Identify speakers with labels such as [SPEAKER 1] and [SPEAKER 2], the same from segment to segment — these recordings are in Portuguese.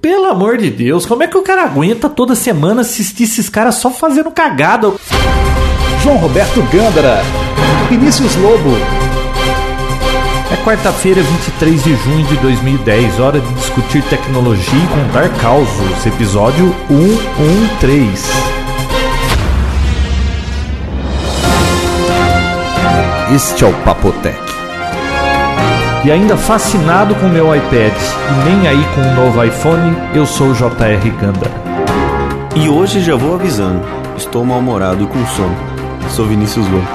[SPEAKER 1] Pelo amor de Deus, como é que o cara aguenta toda semana assistir esses caras só fazendo cagada?
[SPEAKER 2] João Roberto Gândara, Vinícius Lobo,
[SPEAKER 1] É quarta-feira, 23 de junho de 2010, hora de discutir tecnologia e contar causos, episódio 113.
[SPEAKER 2] este é o Papotec.
[SPEAKER 1] E ainda fascinado com meu iPad e nem aí com o novo iPhone, eu sou o JR Gândara.
[SPEAKER 3] E hoje já vou avisando, estou mal-humorado e com sono. Sou Vinícius Lobo.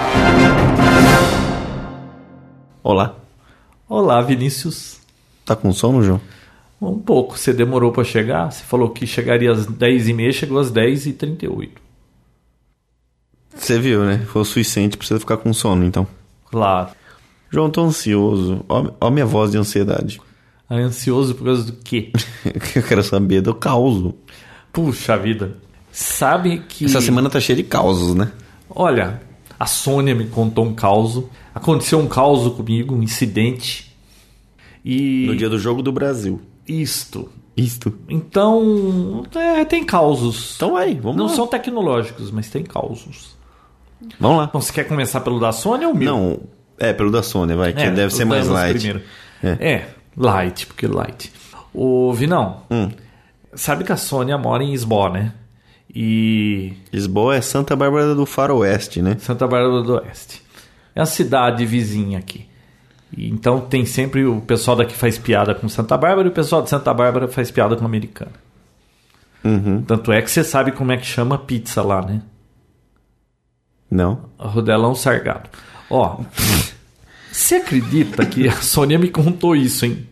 [SPEAKER 3] Olá,
[SPEAKER 1] Olá, Vinícius.
[SPEAKER 3] tá com sono, João?
[SPEAKER 1] Um pouco, você demorou pra chegar? Você falou que chegaria às 10h30, chegou às 10h38.
[SPEAKER 3] Você viu, né? Foi o suficiente pra você ficar com sono, então.
[SPEAKER 1] Claro.
[SPEAKER 3] João, tô ansioso. Ó, ó minha voz de ansiedade.
[SPEAKER 1] Ah, Ansioso por causa do quê?
[SPEAKER 3] Eu quero saber do caos.
[SPEAKER 1] Puxa vida. Sabe que.
[SPEAKER 3] Essa semana tá cheia de causos, né?
[SPEAKER 1] Olha, a Sônia me contou um caos. Aconteceu um caos comigo, um incidente. E.
[SPEAKER 3] No dia do jogo do Brasil.
[SPEAKER 1] Isto.
[SPEAKER 3] Isto.
[SPEAKER 1] Então. é, tem causos.
[SPEAKER 3] Então vai, vamos
[SPEAKER 1] Não
[SPEAKER 3] lá.
[SPEAKER 1] são tecnológicos, mas tem causos.
[SPEAKER 3] Vamos lá.
[SPEAKER 1] Então, você quer começar pelo da Sônia ou o meu?
[SPEAKER 3] Não, é pelo da Sônia, vai, que deve ser mais
[SPEAKER 1] vamos
[SPEAKER 3] light.
[SPEAKER 1] Primeiro.
[SPEAKER 3] É.
[SPEAKER 1] É. light, porque light. Ô, Vinão,
[SPEAKER 3] Hum.
[SPEAKER 1] sabe que a Sônia mora em Lisboa, né? E
[SPEAKER 3] Lisboa é Santa Bárbara do Faroeste, né?
[SPEAKER 1] Santa Bárbara do Oeste. É a cidade vizinha aqui. E Então tem sempre o pessoal daqui faz piada com Santa Bárbara e o pessoal de Santa Bárbara faz piada com americana.
[SPEAKER 3] Uhum.
[SPEAKER 1] Tanto é que você sabe como é que chama pizza lá, né?
[SPEAKER 3] Não.
[SPEAKER 1] Rodelão sargado. Ó, você acredita que a Sônia me contou isso, hein?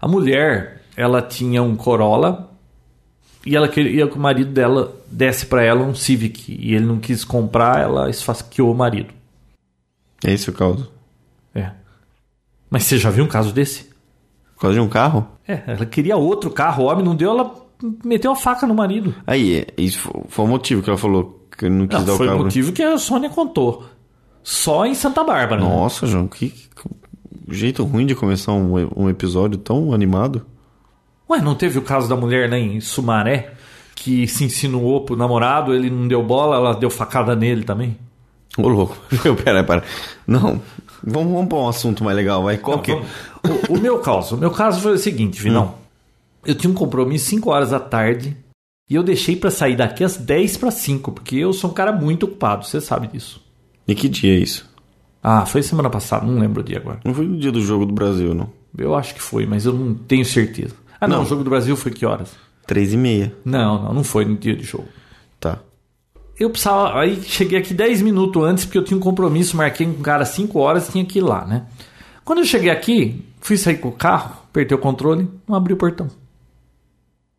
[SPEAKER 1] A mulher, ela tinha um Corolla e ela queria que o marido dela desse pra ela um Civic e ele não quis comprar, ela esfaqueou o marido.
[SPEAKER 3] é esse o caos.
[SPEAKER 1] É. Mas você já viu um caso desse?
[SPEAKER 3] Por causa de um carro?
[SPEAKER 1] É, ela queria outro carro, o homem não deu, ela meteu a faca no marido.
[SPEAKER 3] Aí, é, isso fo- foi o motivo que ela falou que não quis
[SPEAKER 1] Não,
[SPEAKER 3] dar
[SPEAKER 1] foi
[SPEAKER 3] o
[SPEAKER 1] o
[SPEAKER 3] carro. né?
[SPEAKER 1] motivo que a Sônia contou. Só em Santa Bárbara. né?
[SPEAKER 3] Nossa, João, que, que jeito ruim de começar um, e- um episódio tão animado.
[SPEAKER 1] Ué, não teve o caso da mulher lá em Sumaré que se insinuou pro namorado, ele não deu bola, ela deu facada nele também?
[SPEAKER 3] Ô, louco. pera, pera. Não. Vamos, vamos pra um assunto mais legal, vai. Qual que...
[SPEAKER 1] Então,
[SPEAKER 3] é?
[SPEAKER 1] Vamos- O, o meu caso, o meu caso foi o seguinte, Vinão. Eu tinha um compromisso 5 horas da tarde e eu deixei pra sair daqui às 10 para 5, porque eu sou um cara muito ocupado, você sabe disso.
[SPEAKER 3] E que dia é isso?
[SPEAKER 1] Ah, foi semana passada, não lembro o dia agora.
[SPEAKER 3] Não foi no dia do jogo do Brasil, não.
[SPEAKER 1] Eu acho que foi, mas eu não tenho certeza. Ah, não, o jogo do Brasil foi que horas?
[SPEAKER 3] Três e meia.
[SPEAKER 1] Não, não, não foi no dia de jogo.
[SPEAKER 3] Tá.
[SPEAKER 1] Eu precisava. Aí cheguei aqui 10 minutos antes, porque eu tinha um compromisso, marquei com o cara 5 horas, tinha que ir lá, né? Quando eu cheguei aqui, fui sair com o carro, apertei o controle, não abri o portão.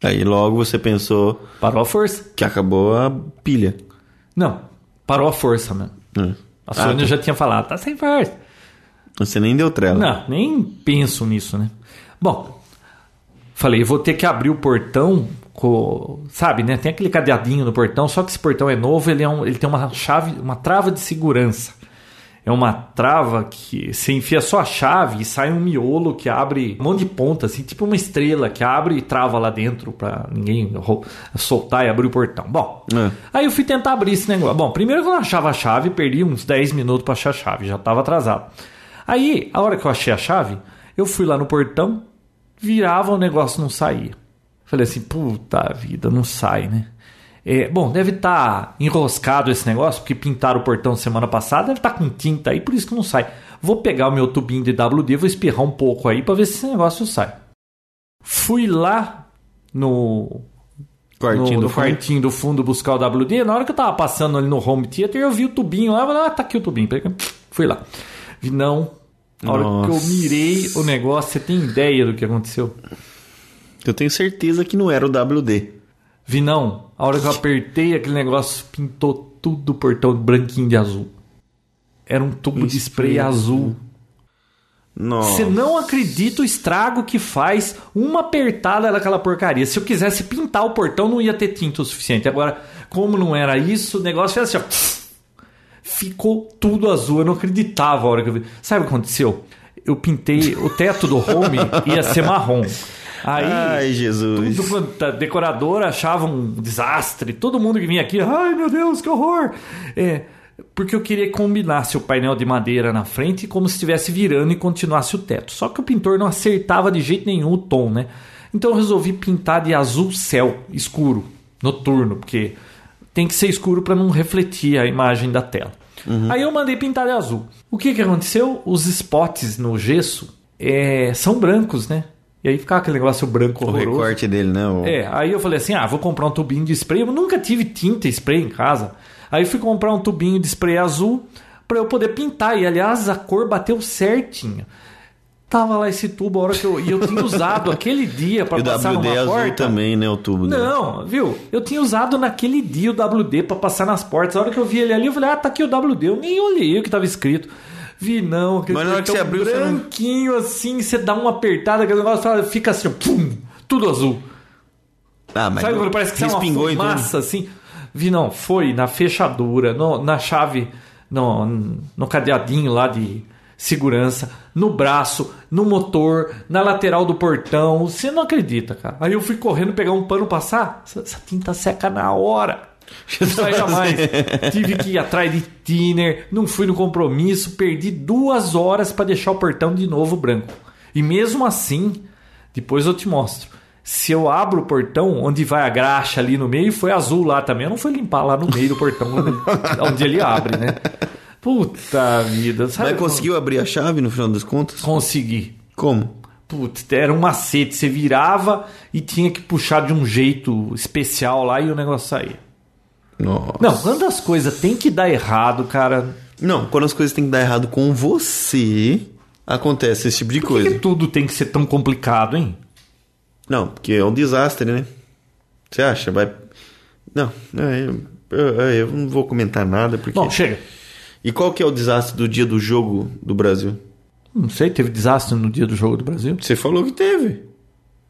[SPEAKER 3] Aí logo você pensou
[SPEAKER 1] Parou a força.
[SPEAKER 3] que acabou a pilha.
[SPEAKER 1] Não, parou a força mesmo.
[SPEAKER 3] Hum.
[SPEAKER 1] A Sônia já tinha falado, tá sem força.
[SPEAKER 3] Você nem deu trela.
[SPEAKER 1] Não, nem penso nisso, né? Bom, falei, eu vou ter que abrir o portão, co- sabe, né? Tem aquele cadeadinho no portão, só que esse portão é novo, ele, é um- ele tem uma chave, uma trava de segurança. É uma trava que você enfia só a chave e sai um miolo que abre um monte de ponta, assim, tipo uma estrela que abre e trava lá dentro pra ninguém rou- soltar e abrir o portão. Bom,
[SPEAKER 3] É.
[SPEAKER 1] aí eu fui tentar abrir esse negócio. Bom, primeiro que eu não achava a chave, perdi uns 10 minutos pra achar a chave, já tava atrasado. Aí, a hora que eu achei a chave, eu fui lá no portão, virava o negócio não saía. Falei assim, puta vida, não sai, né? É, bom, deve estar enroscado esse negócio, porque pintaram o portão semana passada, deve estar com tinta aí, por isso que não sai. Vou pegar o meu tubinho de WD, vou espirrar um pouco aí pra ver se esse negócio sai. Fui lá no,
[SPEAKER 3] Quartinho
[SPEAKER 1] no,
[SPEAKER 3] do
[SPEAKER 1] no
[SPEAKER 3] fundo.
[SPEAKER 1] quartinho do fundo buscar o WD. Na hora que eu tava passando ali no home theater, eu vi o tubinho lá, eu falei, ah, tá aqui o tubinho. Peguei, Fui lá. Vi, não. Na hora que eu
[SPEAKER 3] Nossa.
[SPEAKER 1] mirei o negócio, você tem ideia do que aconteceu?
[SPEAKER 3] Eu tenho certeza que não era o WD.
[SPEAKER 1] Vi, não. A hora que eu apertei, aquele negócio pintou tudo o portão branquinho de azul. Era um tubo de spray azul.
[SPEAKER 3] Nossa.
[SPEAKER 1] Você não acredita o estrago que faz uma apertada daquela porcaria. Se eu quisesse pintar o portão, não ia ter tinta o suficiente. Agora, como não era isso, o negócio fez assim, ó. Ficou tudo azul. Eu não acreditava a hora que eu vi. Sabe o que aconteceu? Eu pintei o teto do home, ia ser marrom. Aí,
[SPEAKER 3] Ai, Jesus.
[SPEAKER 1] Tudo quanto a decoradora achava um desastre. Todo mundo que vinha aqui, ai meu Deus, que horror! É, porque eu queria combinar seu painel de madeira na frente como se estivesse virando e continuasse o teto. Só que o pintor não acertava de jeito nenhum o tom, né? Então eu resolvi pintar de azul céu, escuro, noturno, porque tem que ser escuro para não refletir a imagem da tela. Aí eu mandei pintar de azul. O que, que aconteceu? Os spots no gesso é, são brancos, né? E aí ficava aquele negócio branco
[SPEAKER 3] O
[SPEAKER 1] horroroso.
[SPEAKER 3] recorte dele, né? O-
[SPEAKER 1] É, aí eu falei assim: ah, vou comprar um tubinho de spray. Eu nunca tive tinta e spray em casa. Aí fui comprar um tubinho de spray azul pra eu poder pintar. E aliás, a cor bateu certinho. Tava lá esse tubo a hora que eu. E eu tinha usado aquele dia pra
[SPEAKER 3] E o
[SPEAKER 1] passar
[SPEAKER 3] WD
[SPEAKER 1] numa
[SPEAKER 3] azul
[SPEAKER 1] porta.
[SPEAKER 3] também, né? O tubo dele.
[SPEAKER 1] Não, viu? Eu tinha usado naquele dia o WD pra passar nas portas. A hora que eu vi ele ali, eu falei, ah, tá aqui o WD. Eu nem olhei o que tava escrito. Vi, não, aquele
[SPEAKER 3] Mas na hora que
[SPEAKER 1] cartão
[SPEAKER 3] você abriu, você não-
[SPEAKER 1] branquinho assim, você dá uma apertada, aquele negócio fala, fica assim, ó, pum, tudo azul.
[SPEAKER 3] Ah, mas
[SPEAKER 1] Sabe quando parece que sai uma
[SPEAKER 3] respingou então, né? em tudo.
[SPEAKER 1] fumaça assim? Vi, não, foi na fechadura, no- na chave, no, no cadeadinho lá de segurança, no braço, no motor, na lateral do portão. Você não acredita, cara. Aí eu fui correndo pegar um pano passar, essa, essa tinta seca na hora. Não sai jamais. Tive que ir atrás de thinner, não fui no compromisso, perdi duas horas pra deixar o portão de novo branco. E mesmo assim, depois eu te mostro. Se eu abro o portão, onde vai a graxa ali no meio, foi azul lá também. Eu não fui limpar lá no meio do portão, onde- onde ele abre, né? Puta vida. Sabe
[SPEAKER 3] Mas conseguiu abrir a chave no final das contas?
[SPEAKER 1] Consegui.
[SPEAKER 3] Como?
[SPEAKER 1] Putz, era um macete. Você virava e tinha que puxar de um jeito especial lá e o negócio saía.
[SPEAKER 3] Nossa.
[SPEAKER 1] Não, quando as coisas tem que dar errado, cara,
[SPEAKER 3] Não, quando as coisas têm que dar errado com você, acontece esse tipo de
[SPEAKER 1] Por que
[SPEAKER 3] coisa.
[SPEAKER 1] que tudo tem que ser tão complicado, hein?
[SPEAKER 3] Não, porque é um desastre, né? Você acha? Vai. Não, é, eu, eu- eu não vou comentar nada porque.
[SPEAKER 1] Bom, chega.
[SPEAKER 3] E qual que é o desastre do dia do jogo do Brasil?
[SPEAKER 1] Não sei, teve desastre no dia do jogo do Brasil?
[SPEAKER 3] Você falou que teve.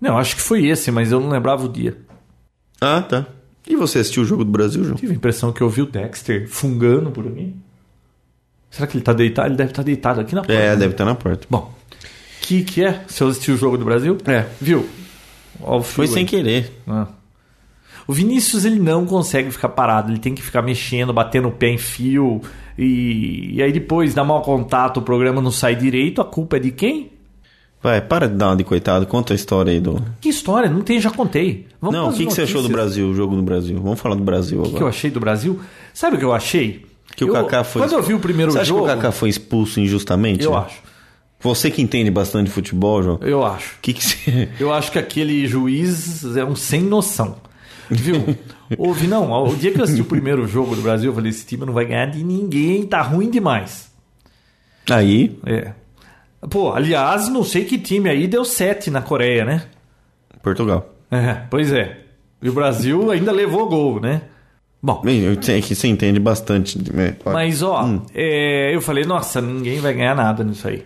[SPEAKER 1] Não, acho que foi esse, mas eu não lembrava o dia.
[SPEAKER 3] Ah, tá. E você assistiu o jogo do Brasil, João?
[SPEAKER 1] Tive a impressão que eu vi o Dexter fungando por mim. Será que ele tá deitado? Ele deve estar deitado aqui na porta.
[SPEAKER 3] É, deve estar na porta.
[SPEAKER 1] Bom, que que é? Se eu assistir o jogo do Brasil?
[SPEAKER 3] É.
[SPEAKER 1] Viu? Ó, o
[SPEAKER 3] Foi
[SPEAKER 1] fio
[SPEAKER 3] sem
[SPEAKER 1] aí.
[SPEAKER 3] querer.
[SPEAKER 1] Ah. O Vinícius ele não consegue ficar parado, ele tem que ficar mexendo, batendo o pé em fio e, e aí depois dá mau contato, o programa não sai direito, a culpa é de quem?
[SPEAKER 3] Vai, para de dar uma de coitado, conta a história aí do.
[SPEAKER 1] Que história? Não tem, já contei. Vamos
[SPEAKER 3] não, o
[SPEAKER 1] pras
[SPEAKER 3] que, que você achou do
[SPEAKER 1] notícias.
[SPEAKER 3] Brasil, o jogo do Brasil? Vamos falar do Brasil
[SPEAKER 1] O que
[SPEAKER 3] agora.
[SPEAKER 1] que eu achei do Brasil? Sabe o que eu achei?
[SPEAKER 3] Que o
[SPEAKER 1] Eu-
[SPEAKER 3] Kaká foi.
[SPEAKER 1] Quando eu vi o primeiro
[SPEAKER 3] Você
[SPEAKER 1] jogo,
[SPEAKER 3] Acha que o Kaká foi expulso injustamente?
[SPEAKER 1] eu acho.
[SPEAKER 3] Você que entende bastante de futebol, João. O
[SPEAKER 1] Eu acho.
[SPEAKER 3] que que você.
[SPEAKER 1] Eu acho que aquele juiz é um sem noção. Viu? Ouve, não. ó, O dia que eu assisti o primeiro jogo do Brasil, eu falei: esse time não vai ganhar de ninguém, tá ruim demais.
[SPEAKER 3] Aí.
[SPEAKER 1] É. Pô, aliás, não sei que time aí deu 7 na Coreia, né?
[SPEAKER 3] Portugal.
[SPEAKER 1] É, pois é. E o Brasil ainda levou gol, né? Bom,
[SPEAKER 3] Bem, eu sei que você entende bastante. né?
[SPEAKER 1] Mas, ó, é, eu falei, nossa, ninguém vai ganhar nada nisso aí.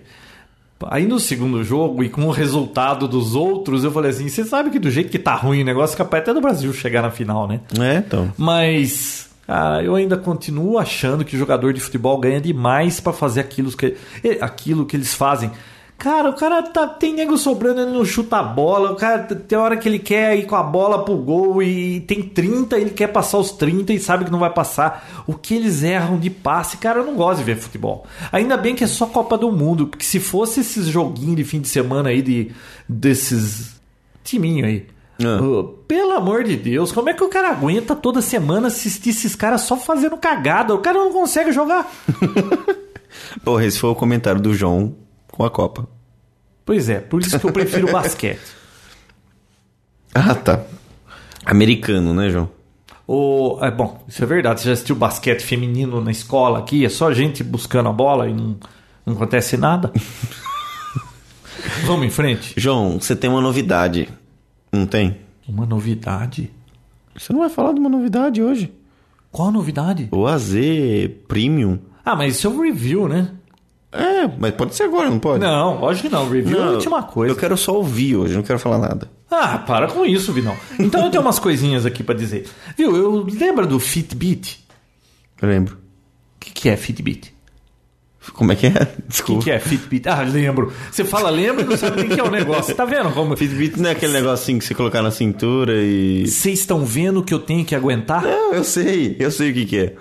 [SPEAKER 1] Aí no segundo jogo, e com o resultado dos outros, eu falei assim: você sabe que do jeito que tá ruim o negócio, capaz até do Brasil chegar na final, né?
[SPEAKER 3] É, então.
[SPEAKER 1] Mas ah, eu ainda continuo achando que jogador de futebol ganha demais pra fazer aquilo que, eh, aquilo que eles fazem. Cara, o cara tá, tem nego sobrando, ele não chuta a bola. O cara t- tem hora que ele quer ir com a bola pro gol e tem 30, ele quer passar os 30 e sabe que não vai passar. O que eles erram de passe, cara, eu não gosto de ver futebol. Ainda bem que é só Copa do Mundo, porque se fosse esses joguinhos de fim de semana aí de desses timinho aí.
[SPEAKER 3] Ah.
[SPEAKER 1] Ô, Pelo amor de Deus, como é que o cara aguenta toda semana assistir esses caras só fazendo cagada? O cara não consegue jogar.
[SPEAKER 3] Porra, esse foi o comentário do João com a Copa.
[SPEAKER 1] Pois é, por isso que eu prefiro basquete.
[SPEAKER 3] Ah, tá. Americano, né, João?
[SPEAKER 1] O, é, bom, isso é verdade. Você já assistiu basquete feminino na escola aqui? É só gente buscando a bola e não, não acontece nada? Vamos em frente.
[SPEAKER 3] João, você tem uma novidade. Não tem?
[SPEAKER 1] Uma novidade.
[SPEAKER 3] Você não vai falar de uma novidade hoje.
[SPEAKER 1] Qual a novidade?
[SPEAKER 3] O AZ Premium.
[SPEAKER 1] Ah, mas isso é um review, né?
[SPEAKER 3] É, mas pode ser agora, não pode?
[SPEAKER 1] Não, lógico que não. Review é a última coisa.
[SPEAKER 3] Eu quero só ouvir hoje, não quero falar nada.
[SPEAKER 1] Ah, para com isso, Vinão. Então eu tenho umas coisinhas aqui pra dizer. Viu, eu lembra do Fitbit?
[SPEAKER 3] Eu lembro.
[SPEAKER 1] O que, que é Fitbit?
[SPEAKER 3] Como é que é?
[SPEAKER 1] O que,
[SPEAKER 3] Desculpa.
[SPEAKER 1] que é Fitbit? Ah, lembro. Você fala lembra e não sabe o que que é o negócio. Tá vendo como...
[SPEAKER 3] Fitbit não é aquele negocinho que você colocar na cintura e.
[SPEAKER 1] Vocês estão vendo que eu tenho que aguentar?
[SPEAKER 3] Não, eu sei, eu sei o que, que é.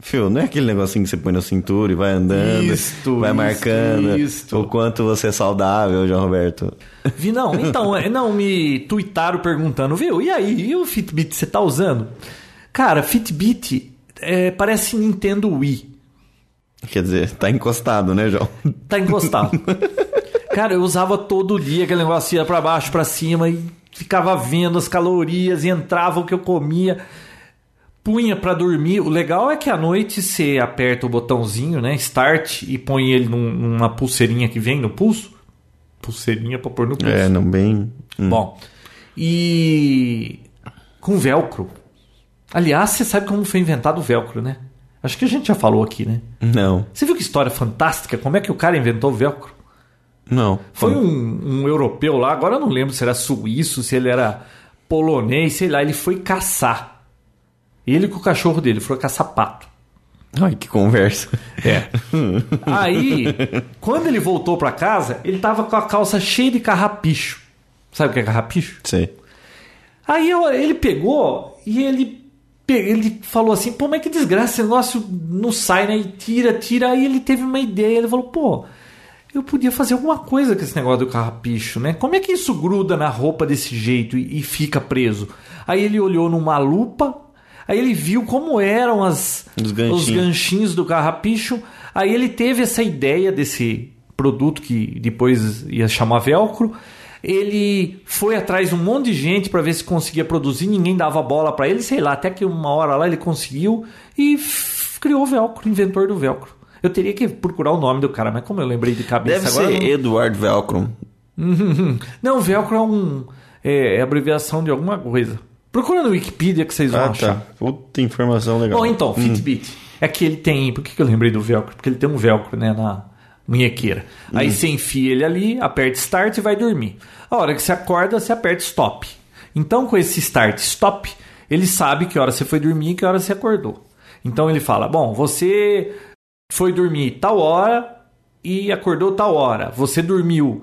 [SPEAKER 3] Fio, não é aquele negocinho que você põe na cintura e vai andando,
[SPEAKER 1] Isto,
[SPEAKER 3] vai
[SPEAKER 1] isto,
[SPEAKER 3] marcando
[SPEAKER 1] isto.
[SPEAKER 3] o quanto você é saudável, João Roberto.
[SPEAKER 1] Vi, não, então, é, não, me tuitaram perguntando, viu? E aí, e o Fitbit você tá usando? Cara, Fitbit é, parece Nintendo Wii.
[SPEAKER 3] Quer dizer, tá encostado, né, João?
[SPEAKER 1] Tá encostado. Cara, eu usava todo dia aquele negócio ia pra baixo, pra cima e ficava vendo as calorias e entrava o que eu comia. Punha pra dormir. O legal é que à noite você aperta o botãozinho, né? Start e põe ele num- numa pulseirinha que vem no pulso. Pulseirinha pra pôr no pulso.
[SPEAKER 3] É, não bem. Hum.
[SPEAKER 1] Bom, e com velcro. Aliás, você sabe como foi inventado o velcro, né? Acho que a gente já falou aqui, né?
[SPEAKER 3] Não,
[SPEAKER 1] Você viu que história fantástica? Como é que o cara inventou o velcro?
[SPEAKER 3] não.
[SPEAKER 1] Foi um, um europeu lá, agora eu não lembro se era suíço, se ele era polonês, sei lá. Ele foi caçar. Ele com o cachorro dele, foi caçar pato.
[SPEAKER 3] Ai, que conversa.
[SPEAKER 1] É. Aí, quando ele voltou pra casa, ele tava com a calça cheia de carrapicho. Sabe o que é carrapicho?
[SPEAKER 3] Sei.
[SPEAKER 1] Aí eu- ele pegou e ele, pe- ele falou assim: pô, mas que desgraça, esse negócio não sai, né? E tira, tira. Aí ele teve uma ideia, ele falou: pô, eu podia fazer alguma coisa com esse negócio do carrapicho, né? Como é que isso gruda na roupa desse jeito e, e fica preso? Aí ele olhou numa lupa, aí ele viu como eram as,
[SPEAKER 3] Os ganchinhos.
[SPEAKER 1] os ganchinhos do carrapicho. Aí ele teve essa ideia desse produto que depois ia chamar velcro. Ele foi atrás de um monte de gente para ver se conseguia produzir, ninguém dava bola para ele, sei lá, até que uma hora lá ele conseguiu e f- criou o velcro, inventor do velcro. Eu teria que procurar o nome do cara, mas como eu lembrei de cabeça
[SPEAKER 3] Deve
[SPEAKER 1] agora.
[SPEAKER 3] ser Eduardo Velcro.
[SPEAKER 1] Não, velcro é um é, é abreviação de alguma coisa. Procura no Wikipedia que vocês vão
[SPEAKER 3] Ah,
[SPEAKER 1] achar.
[SPEAKER 3] tá. Puta informação legal.
[SPEAKER 1] Bom, então, Fitbit. É que ele tem. Por que que eu lembrei do velcro? Porque ele tem um velcro, né? Na munhequeira.
[SPEAKER 3] Hum.
[SPEAKER 1] Aí você enfia ele ali, aperta start e vai dormir. A hora que você acorda, você aperta stop. Então, com esse start e stop, ele sabe que hora você foi dormir e que hora você acordou. Então ele fala: Bom, você foi dormir tal hora e acordou tal hora. Você dormiu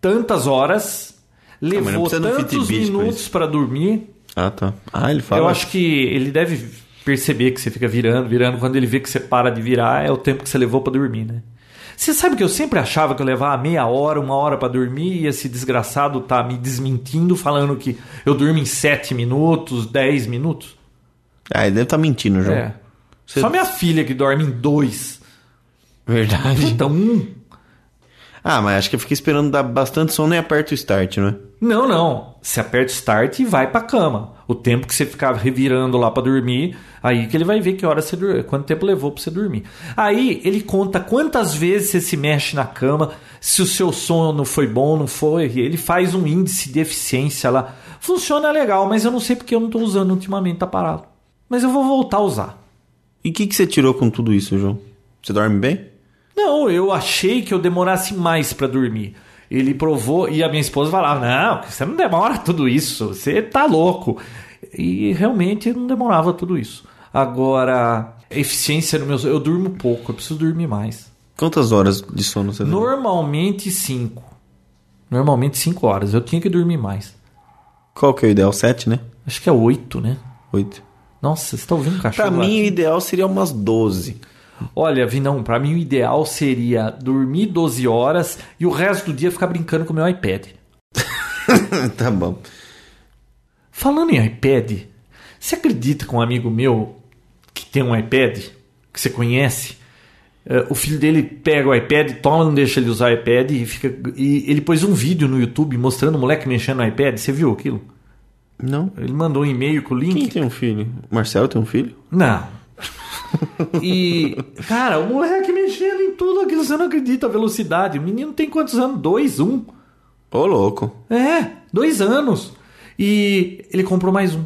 [SPEAKER 1] tantas horas,
[SPEAKER 3] Ah, não
[SPEAKER 1] levou
[SPEAKER 3] precisa de um
[SPEAKER 1] tantos
[SPEAKER 3] Fitbit pra
[SPEAKER 1] minutos para dormir.
[SPEAKER 3] Ah, tá. Ah, ele fala.
[SPEAKER 1] Eu acho que ele deve perceber que você fica virando, virando. Quando ele vê que você para de virar, é o tempo que você levou pra dormir, né? Você sabe que eu sempre achava que eu levava meia hora, uma hora pra dormir e esse desgraçado tá me desmentindo falando que eu durmo em 7 minutos, 10 minutos?
[SPEAKER 3] Ah, ele deve estar mentindo, João.
[SPEAKER 1] É.
[SPEAKER 3] Você-
[SPEAKER 1] Só minha filha que dorme em 2.
[SPEAKER 3] Verdade.
[SPEAKER 1] Então, um.
[SPEAKER 3] Ah, mas acho que eu fiquei esperando dar bastante sono e aperto o start, né?
[SPEAKER 1] Não, não. Você aperta o start e vai pra cama. O tempo que você ficar revirando lá pra dormir, aí que ele vai ver que hora você dormiu, quanto tempo levou pra você dormir. Aí ele conta quantas vezes você se mexe na cama, se o seu sono foi bom, não foi. Ele faz um índice de eficiência lá. Funciona legal, mas eu não sei porque eu não tô usando ultimamente, tá parado. Mas eu vou voltar a usar.
[SPEAKER 3] E o que, que você tirou com tudo isso, João? Você dorme bem?
[SPEAKER 1] Não, eu achei que eu demorasse mais pra dormir. Ele provou e a minha esposa falava: Não, você não demora tudo isso, você tá louco. E realmente eu não demorava tudo isso. Agora, eficiência no meu. Eu durmo pouco, eu preciso dormir mais.
[SPEAKER 3] Quantas horas de sono você dorme?
[SPEAKER 1] Normalmente cinco. Normalmente cinco horas. Eu tinha que dormir mais.
[SPEAKER 3] Qual que é o ideal? Sete, né?
[SPEAKER 1] Acho que é oito, né?
[SPEAKER 3] Oito.
[SPEAKER 1] Nossa, você tá ouvindo o cachorro?
[SPEAKER 3] Pra
[SPEAKER 1] lá?
[SPEAKER 3] mim, o ideal seria umas 12.
[SPEAKER 1] Olha, Vinão, pra mim o ideal seria dormir 12 horas e o resto do dia ficar brincando com o meu iPad.
[SPEAKER 3] tá bom.
[SPEAKER 1] Falando em iPad, você acredita que um amigo meu que tem um iPad, que você conhece, eh, o filho dele pega o iPad, toma, não deixa ele usar o iPad e fica. E ele pôs um vídeo no YouTube mostrando o moleque mexendo no iPad. Você viu aquilo?
[SPEAKER 3] Não?
[SPEAKER 1] Ele mandou um e-mail com o
[SPEAKER 3] Quem
[SPEAKER 1] link.
[SPEAKER 3] tem um filho? O Marcelo tem um filho?
[SPEAKER 1] Não. E, cara, o moleque mexendo em tudo aquilo, você não acredita a velocidade. O menino tem quantos anos? Dois, um?
[SPEAKER 3] Ô, louco.
[SPEAKER 1] É, dois anos. E ele comprou mais um.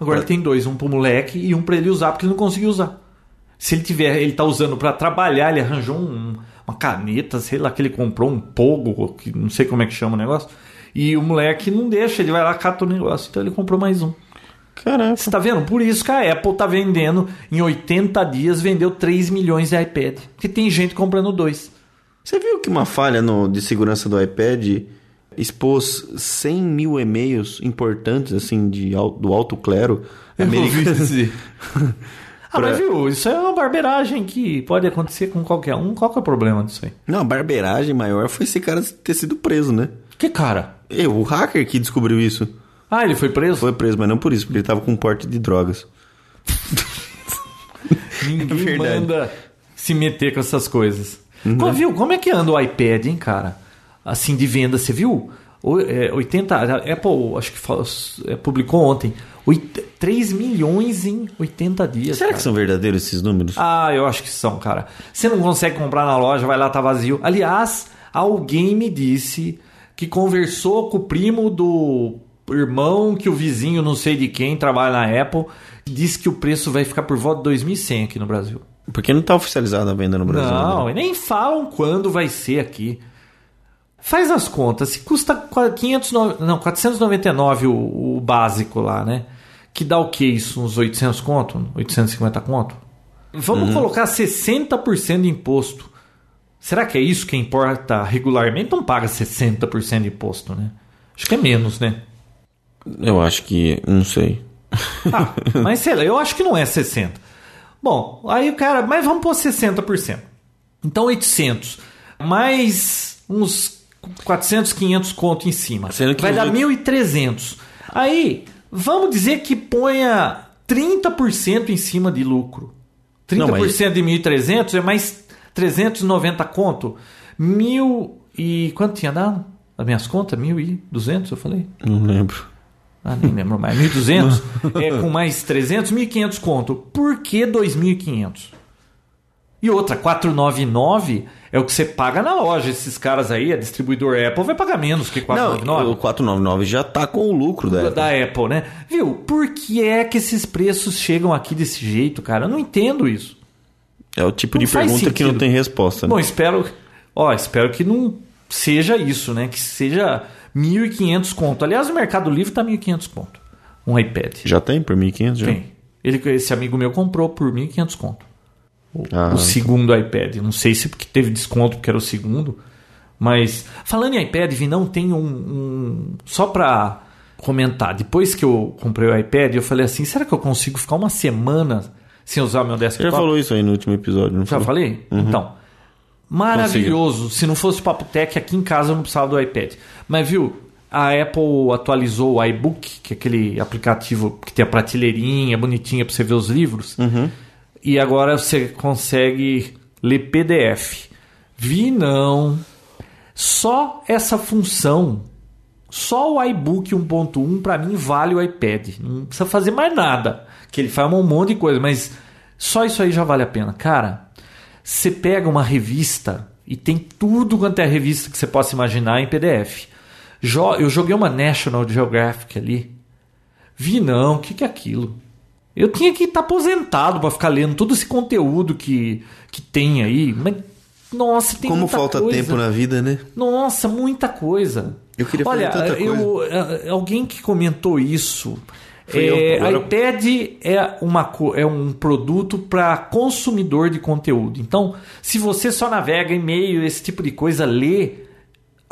[SPEAKER 1] Agora
[SPEAKER 3] É.
[SPEAKER 1] ele tem dois, um pro moleque e um pra ele usar, porque ele não conseguiu usar. Se ele tiver, ele tá usando pra trabalhar, ele arranjou um- uma caneta, sei lá, que ele comprou um pogo, que não sei como é que chama o negócio. E o moleque não deixa, ele vai lá cata o negócio, então ele comprou mais um.
[SPEAKER 3] Caraca.
[SPEAKER 1] Você tá vendo? Por isso que a Apple tá vendendo, em 80 dias, vendeu 3 milhões de iPad. Porque tem gente comprando dois.
[SPEAKER 3] Você viu que uma falha no- de segurança do iPad expôs 100 mil e-mails importantes, assim, de, al- do alto clero americano?
[SPEAKER 1] Ah,
[SPEAKER 3] Pra-
[SPEAKER 1] mas viu, isso é uma barbeiragem que pode acontecer com qualquer um. Qual que é o problema disso aí?
[SPEAKER 3] Não, a barbeiragem maior foi esse cara ter sido preso, né?
[SPEAKER 1] Que cara?
[SPEAKER 3] E o hacker que descobriu isso
[SPEAKER 1] Ah, ele foi preso?
[SPEAKER 3] foi preso, mas não por isso, porque ele tava com um porte de drogas.
[SPEAKER 1] Ninguém
[SPEAKER 3] É verdade. Uhum.
[SPEAKER 1] manda se meter com essas coisas. Como, viu? Como é que anda o iPad, hein, cara? Assim, de venda, você viu? O- é, 80, a Apple, acho que fala- é, publicou ontem, oit- 3 milhões em 80 dias.
[SPEAKER 3] Será
[SPEAKER 1] cara.
[SPEAKER 3] que são verdadeiros esses números?
[SPEAKER 1] Ah, eu acho que são, cara. Você não consegue comprar na loja, vai lá, tá vazio. Aliás, alguém me disse que conversou com o primo do irmão que o vizinho não sei de quem trabalha na Apple, disse que o preço vai ficar por volta de 2.100 aqui no Brasil.
[SPEAKER 3] Porque não tá oficializada a venda no Brasil. né?
[SPEAKER 1] Não, e nem falam quando vai ser aqui. Faz as contas, se custa 500, não, 499 o, o básico lá, né? Que dá o que isso? Uns 800 conto? 850 conto? Vamos colocar 60% de imposto. Será que é isso que importa regularmente? Não paga 60% de imposto, né? Acho que é menos, né?
[SPEAKER 3] Eu acho que. Não sei.
[SPEAKER 1] Ah, mas sei lá, eu acho que não é 60. Bom, aí o cara, mas vamos pôr 60%. Então 800, mais uns 400, 500 conto em cima.
[SPEAKER 3] Sendo que
[SPEAKER 1] Vai
[SPEAKER 3] os
[SPEAKER 1] dar
[SPEAKER 3] oito-
[SPEAKER 1] 1.300. Aí, vamos dizer que ponha 30% em cima de lucro. 30%
[SPEAKER 3] Não, mas-
[SPEAKER 1] de 1.300 é mais 390 conto. Mil e... Quanto tinha dado? As minhas contas? 1.200, eu falei?
[SPEAKER 3] Não lembro.
[SPEAKER 1] Ah, nem lembro mais. 1.200 é, com mais 300, 1.500 conto. Por que 2.500? E outra, 499 é o que você paga na loja. Esses caras aí, a distribuidor Apple, vai pagar menos que
[SPEAKER 3] Não,
[SPEAKER 1] 499
[SPEAKER 3] o tá- 499 já tá com o lucro da.
[SPEAKER 1] da
[SPEAKER 3] Apple.
[SPEAKER 1] Apple, né? Viu? Por que é que esses preços chegam aqui desse jeito, cara? Eu não entendo isso.
[SPEAKER 3] É o tipo
[SPEAKER 1] Não
[SPEAKER 3] de
[SPEAKER 1] faz
[SPEAKER 3] pergunta que
[SPEAKER 1] sentido.
[SPEAKER 3] não tem resposta. né?
[SPEAKER 1] Bom, espero, ó, espero que não seja isso, né? Que seja 1.500 conto. Aliás, o Mercado Livre tá 1.500 conto. Um iPad.
[SPEAKER 3] Já tem por 1.500? Já?
[SPEAKER 1] Tem. Ele, esse amigo meu comprou por 1.500 conto. O,
[SPEAKER 3] Ah.
[SPEAKER 1] o segundo iPad. Não sei se porque teve desconto porque era o segundo. Mas falando em iPad, vi não tem um, um- só pra comentar. Depois que eu comprei o iPad, eu falei assim, será que eu consigo ficar uma semana sem usar meu
[SPEAKER 3] Você já
[SPEAKER 1] desktop?
[SPEAKER 3] falou isso aí no último episódio, não
[SPEAKER 1] Já
[SPEAKER 3] falou?
[SPEAKER 1] falei? Então. Maravilhoso. Se não fosse o Papo Tech, aqui em casa eu não precisava do iPad. Mas viu, a Apple atualizou o iBook, que é aquele aplicativo que tem a prateleirinha bonitinha para você ver os livros. E agora você consegue ler PDF. Vi não. Só essa função, só o iBook 1.1 para mim vale o iPad. Não precisa fazer mais nada, que ele faz um monte de coisa, mas só isso aí já vale a pena. Cara, você pega uma revista e tem tudo quanto é revista que você possa imaginar em PDF. Jo- Eu joguei uma National Geographic ali. Vi não, o que, que é aquilo? Eu tinha que estar aposentado para ficar lendo todo esse conteúdo que, que tem aí. Mas, nossa, tem
[SPEAKER 3] Como
[SPEAKER 1] muita
[SPEAKER 3] falta
[SPEAKER 1] coisa.
[SPEAKER 3] tempo na vida, né?
[SPEAKER 1] Nossa, muita coisa.
[SPEAKER 3] Eu queria fazer
[SPEAKER 1] Olha,
[SPEAKER 3] tanta
[SPEAKER 1] eu, a- alguém que comentou isso.
[SPEAKER 3] Fui
[SPEAKER 1] é,
[SPEAKER 3] eu, agora eu-
[SPEAKER 1] iPad é, uma, co- é um produto para consumidor de conteúdo. Então, se você só navega e-mail, esse tipo de coisa, lê,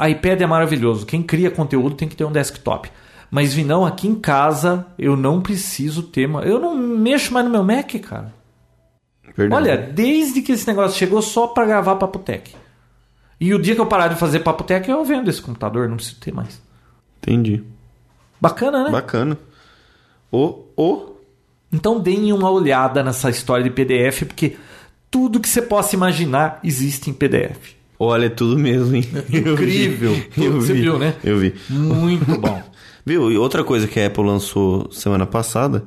[SPEAKER 1] iPad é maravilhoso. Quem cria conteúdo tem que ter um desktop. Mas, Vinão, aqui em casa, eu não preciso ter... ma- Eu não mexo mais no meu Mac, cara.
[SPEAKER 3] Verdade.
[SPEAKER 1] Olha, desde que esse negócio chegou só pra gravar Papo Tech. E o dia que eu parar de fazer Papo Tech, eu vendo esse computador, não preciso ter mais.
[SPEAKER 3] Entendi.
[SPEAKER 1] Bacana, né?
[SPEAKER 3] Bacana. O, o...
[SPEAKER 1] Então deem uma olhada nessa história de PDF, porque tudo que você possa imaginar existe em PDF.
[SPEAKER 3] Olha, é tudo mesmo, hein? Eu vi.
[SPEAKER 1] Incrível.
[SPEAKER 3] Eu
[SPEAKER 1] Você
[SPEAKER 3] vi.
[SPEAKER 1] viu, né?
[SPEAKER 3] Eu vi.
[SPEAKER 1] Muito bom.
[SPEAKER 3] Viu? E outra coisa que a Apple lançou semana passada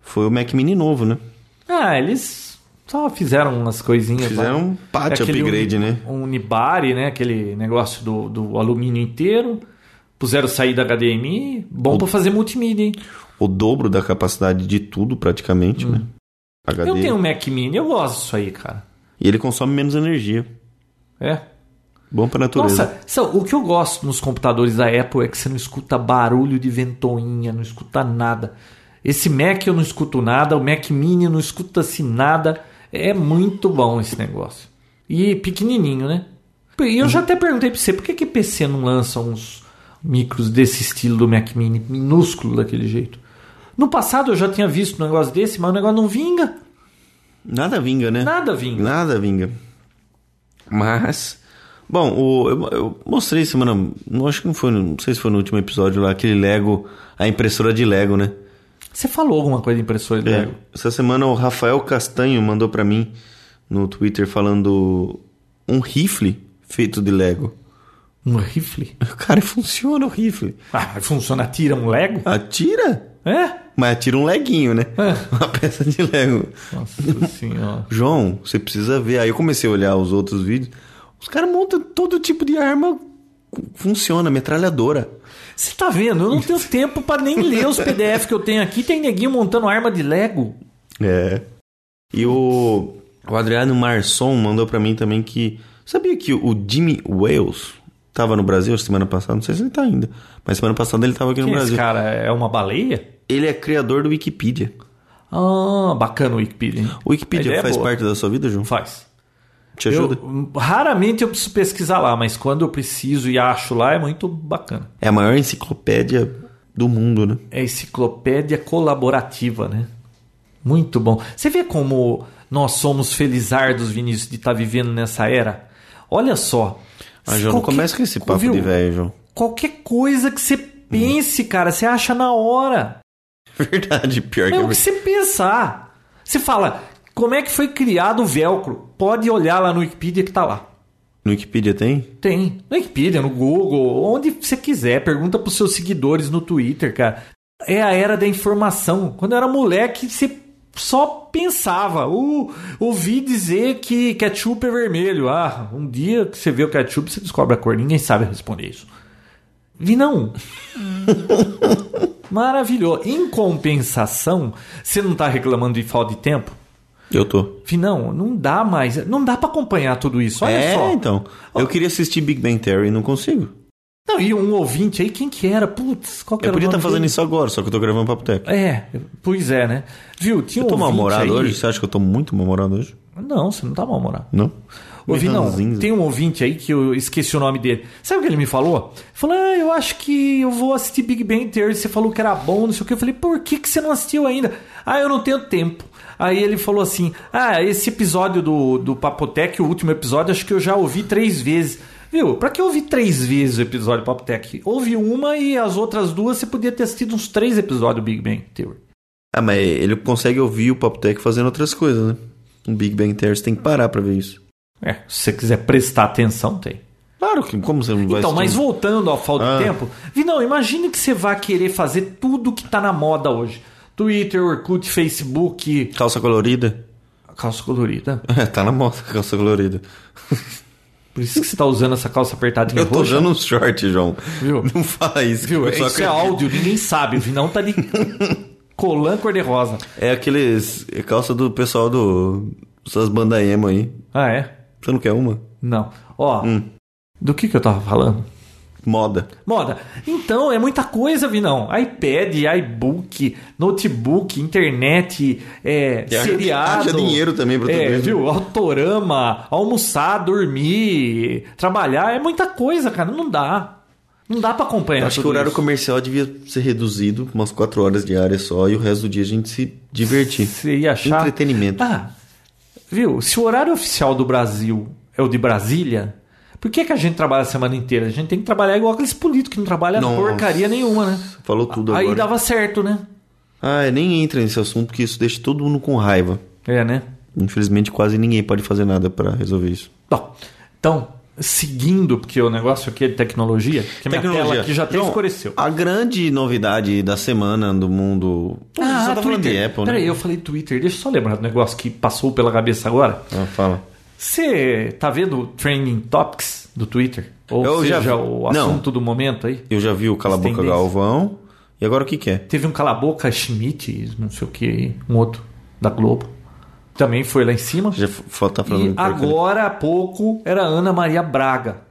[SPEAKER 3] foi o Mac Mini novo, né?
[SPEAKER 1] Ah, eles só fizeram umas coisinhas.
[SPEAKER 3] Fizeram
[SPEAKER 1] lá.
[SPEAKER 3] um patch
[SPEAKER 1] É Aquele
[SPEAKER 3] upgrade, né?
[SPEAKER 1] Um unibari, né? Aquele negócio do, do alumínio inteiro. Puseram saída HDMI. Bom pra fazer multimídia, hein?
[SPEAKER 3] O dobro da capacidade de tudo, praticamente, né? HD.
[SPEAKER 1] Hum. Eu tenho um Mac Mini, eu gosto disso aí, cara.
[SPEAKER 3] E ele consome menos energia.
[SPEAKER 1] É.
[SPEAKER 3] Bom pra natureza.
[SPEAKER 1] Nossa, são- o que eu gosto nos computadores da Apple é que você não escuta barulho de ventoinha, não escuta nada. Esse Mac eu não escuto nada, o Mac Mini não escuta-se nada. É muito bom esse negócio. E pequenininho, né? E eu já até perguntei pra você, por que que PC não lança uns micros desse estilo do Mac Mini, minúsculo daquele jeito? No passado eu já tinha visto um negócio desse, mas o negócio não vinga.
[SPEAKER 3] Nada vinga, né?
[SPEAKER 1] Nada vinga.
[SPEAKER 3] Nada vinga. Mas. Bom, o- eu, eu mostrei semana. Não acho que não foi. no- Não sei se foi no último episódio lá, aquele Lego, a impressora de Lego, né?
[SPEAKER 1] Você falou alguma coisa de impressora
[SPEAKER 3] É.
[SPEAKER 1] de Lego?
[SPEAKER 3] Essa semana o Rafael Castanho mandou pra mim no Twitter falando um rifle feito de Lego.
[SPEAKER 1] Um rifle?
[SPEAKER 3] Cara, funciona o rifle.
[SPEAKER 1] Ah, mas funciona, tira um Lego?
[SPEAKER 3] Atira?
[SPEAKER 1] É?
[SPEAKER 3] Mas atira um leguinho, né?
[SPEAKER 1] É.
[SPEAKER 3] Uma peça de Lego.
[SPEAKER 1] Nossa senhora.
[SPEAKER 3] João, você precisa ver. Aí eu comecei a olhar os outros vídeos. Os caras montam todo tipo de arma. Funciona, metralhadora.
[SPEAKER 1] Você tá vendo? Eu não tenho tempo pra nem ler os PDF que eu tenho aqui. Tem neguinho montando arma de Lego.
[SPEAKER 3] É. E o, o Adriano Marson mandou pra mim também que. Sabia que o Jimmy Wales tava no Brasil semana passada? Não sei se ele tá ainda. Mas semana passada ele tava aqui no
[SPEAKER 1] Quem é esse
[SPEAKER 3] Brasil.
[SPEAKER 1] cara? É uma baleia?
[SPEAKER 3] Ele é criador do Wikipedia.
[SPEAKER 1] Ah, bacana o Wikipedia. hein?
[SPEAKER 3] O
[SPEAKER 1] A
[SPEAKER 3] Wikipedia
[SPEAKER 1] ideia é
[SPEAKER 3] faz
[SPEAKER 1] boa.
[SPEAKER 3] parte da sua vida, João?
[SPEAKER 1] Faz.
[SPEAKER 3] Te ajuda?
[SPEAKER 1] Eu- raramente eu preciso pesquisar lá, mas quando eu preciso e acho lá é muito bacana.
[SPEAKER 3] É a maior enciclopédia do mundo, né?
[SPEAKER 1] É enciclopédia colaborativa, né? Muito bom. Você vê como nós somos felizardos, Vinícius, de estar vivendo nessa era? Olha só.
[SPEAKER 3] Ah, João, não
[SPEAKER 1] Qualquer-
[SPEAKER 3] começa com esse papo
[SPEAKER 1] viu?
[SPEAKER 3] de velho, João.
[SPEAKER 1] Qualquer coisa que você pense, cara, você acha na hora.
[SPEAKER 3] Verdade, pior que
[SPEAKER 1] É
[SPEAKER 3] é
[SPEAKER 1] o que
[SPEAKER 3] verdade.
[SPEAKER 1] você pensar. Você fala, como é que foi criado o velcro? Pode olhar lá no Wikipedia que tá lá.
[SPEAKER 3] No Wikipedia tem?
[SPEAKER 1] Tem. No Wikipedia, no Google, onde você quiser. Pergunta pros seus seguidores no Twitter, cara. É a era da informação. Quando eu era moleque, você só pensava. Uh, ouvi dizer que ketchup é vermelho. Ah, um dia que você vê o ketchup, você descobre a cor. Ninguém sabe responder isso. Vi não. Maravilhoso. Em compensação, você não tá reclamando de falta de tempo?
[SPEAKER 3] Eu tô.
[SPEAKER 1] Vi não, não dá mais. Não dá pra acompanhar tudo isso. Olha
[SPEAKER 3] é,
[SPEAKER 1] só.
[SPEAKER 3] então. Eu queria assistir Big Bang Theory e não consigo.
[SPEAKER 1] Não, e um ouvinte aí, quem que era? Putz, qual que
[SPEAKER 3] Eu
[SPEAKER 1] era
[SPEAKER 3] podia
[SPEAKER 1] o
[SPEAKER 3] estar
[SPEAKER 1] nome
[SPEAKER 3] fazendo
[SPEAKER 1] dele?
[SPEAKER 3] isso agora, só que eu tô gravando Papo Teco.
[SPEAKER 1] É, pois é, né? Viu, tinha
[SPEAKER 3] Eu
[SPEAKER 1] um ouvinte
[SPEAKER 3] tô
[SPEAKER 1] aí...
[SPEAKER 3] mal-humorado hoje? Você acha que eu tô muito mal-humorado hoje?
[SPEAKER 1] Não, você não tá mal-humorado.
[SPEAKER 3] Não?
[SPEAKER 1] Ouvi,
[SPEAKER 3] Meio
[SPEAKER 1] não.
[SPEAKER 3] ranzinza.
[SPEAKER 1] Tem um ouvinte aí que eu esqueci o nome dele. Sabe o que ele me falou? Ele Falou, ah, eu acho que eu vou assistir Big Bang Theory. Você falou que era bom, não sei o que. Eu falei, por que, que você não assistiu ainda? Ah, eu não tenho tempo. Aí ele falou assim, ah, esse episódio do, do Papotec, o último episódio, acho que eu já ouvi três vezes. Viu? Pra que ouvir três vezes o episódio do Papotec? Houve uma e as outras duas você podia ter assistido uns três episódios do Big Bang Theory.
[SPEAKER 3] Ah, mas ele consegue ouvir o Papo Teco fazendo outras coisas, né? O Big Bang Theory, você tem que parar pra ver isso.
[SPEAKER 1] É, se você quiser prestar atenção, tem.
[SPEAKER 3] Claro que, como você não vai
[SPEAKER 1] Então, mas
[SPEAKER 3] assistir? um
[SPEAKER 1] voltando ao falta
[SPEAKER 3] Ah.
[SPEAKER 1] de tempo, Vinão, imagine que você vai querer fazer tudo que tá na moda hoje. Twitter, Orkut, Facebook,
[SPEAKER 3] Calça colorida?
[SPEAKER 1] calça colorida.
[SPEAKER 3] É, tá na moda calça colorida.
[SPEAKER 1] Por isso que você tá usando essa calça apertadinha
[SPEAKER 3] Eu tô
[SPEAKER 1] roxa.
[SPEAKER 3] usando um short, João.
[SPEAKER 1] Viu?
[SPEAKER 3] Não fala isso.
[SPEAKER 1] Viu?
[SPEAKER 3] que eu só
[SPEAKER 1] Isso é
[SPEAKER 3] acredito.
[SPEAKER 1] áudio, ninguém sabe. O Vinão tá de colã cor-de-rosa.
[SPEAKER 3] É aqueles é calça do pessoal do. Essas bandas emo aí.
[SPEAKER 1] Ah, é?
[SPEAKER 3] Você não quer uma?
[SPEAKER 1] Não. Ó,
[SPEAKER 3] Hum.
[SPEAKER 1] do que que eu tava falando?
[SPEAKER 3] Moda.
[SPEAKER 1] Moda. Então, é muita coisa, Vinão. iPad, iBook, notebook, internet, é,
[SPEAKER 3] E haja-
[SPEAKER 1] seriado.
[SPEAKER 3] haja dinheiro também pra né? tudo
[SPEAKER 1] é,
[SPEAKER 3] isso.
[SPEAKER 1] viu? Autorama, almoçar, dormir, trabalhar. É muita coisa, cara. Não dá. Não dá pra acompanhar
[SPEAKER 3] Eu acho que
[SPEAKER 1] tudo
[SPEAKER 3] o horário
[SPEAKER 1] isso.
[SPEAKER 3] comercial devia ser reduzido, umas 4 horas diárias só, e o resto do dia a gente se divertir.
[SPEAKER 1] Você ia achar...
[SPEAKER 3] Entretenimento.
[SPEAKER 1] Ah, viu? Se o horário oficial do Brasil é o de Brasília... Por que, que a gente trabalha a semana inteira? A gente tem que trabalhar igual aqueles políticos que não trabalham
[SPEAKER 3] Nossa.
[SPEAKER 1] porcaria nenhuma, né?
[SPEAKER 3] Falou tudo
[SPEAKER 1] Aí
[SPEAKER 3] agora.
[SPEAKER 1] dava certo, né?
[SPEAKER 3] Ah, nem entra nesse assunto, porque isso deixa todo mundo com raiva.
[SPEAKER 1] É, né?
[SPEAKER 3] Infelizmente, quase ninguém pode fazer nada pra resolver isso.
[SPEAKER 1] Bom, então, seguindo, porque o negócio aqui é de tecnologia, que minha tela aqui já até
[SPEAKER 3] João,
[SPEAKER 1] escureceu.
[SPEAKER 3] A grande novidade da semana do mundo. Pô, você só tá falando de Apple, né?
[SPEAKER 1] Ah, Peraí, eu falei Twitter. Deixa eu só lembrar do negócio que passou pela cabeça agora.
[SPEAKER 3] Ah, fala.
[SPEAKER 1] Você tá vendo o Training Topics do Twitter? Ou
[SPEAKER 3] Eu
[SPEAKER 1] seja,
[SPEAKER 3] já vi.
[SPEAKER 1] o
[SPEAKER 3] Não.
[SPEAKER 1] assunto do momento aí?
[SPEAKER 3] Eu já vi o Cala a
[SPEAKER 1] As
[SPEAKER 3] Boca
[SPEAKER 1] tendências.
[SPEAKER 3] Galvão. E agora o que, que é?
[SPEAKER 1] Teve um Calabouca Schmidt, não sei o que, um outro da Globo. Também foi lá em cima.
[SPEAKER 3] Já f- f- tá falando.
[SPEAKER 1] E
[SPEAKER 3] porcaria.
[SPEAKER 1] agora há pouco era Ana Maria Braga.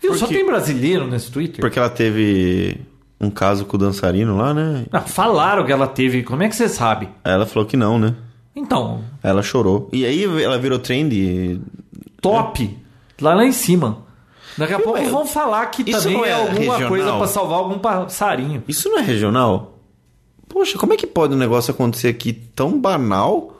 [SPEAKER 1] Viu? Só
[SPEAKER 3] Porque-
[SPEAKER 1] tem brasileiro nesse Twitter.
[SPEAKER 3] Porque ela teve um caso com o dançarino lá, né?
[SPEAKER 1] Não, Ah, falaram que ela teve. Como é que você sabe?
[SPEAKER 3] Aí Ela falou que não, né?
[SPEAKER 1] Então,
[SPEAKER 3] Aí Ela chorou. E aí ela virou trend.
[SPEAKER 1] top. Lá lá em cima. Daqui a pouco vão falar que
[SPEAKER 3] isso
[SPEAKER 1] também
[SPEAKER 3] não é
[SPEAKER 1] é alguma
[SPEAKER 3] regional?
[SPEAKER 1] coisa pra salvar algum passarinho.
[SPEAKER 3] Isso não é regional? Poxa, como é que pode um negócio acontecer aqui tão banal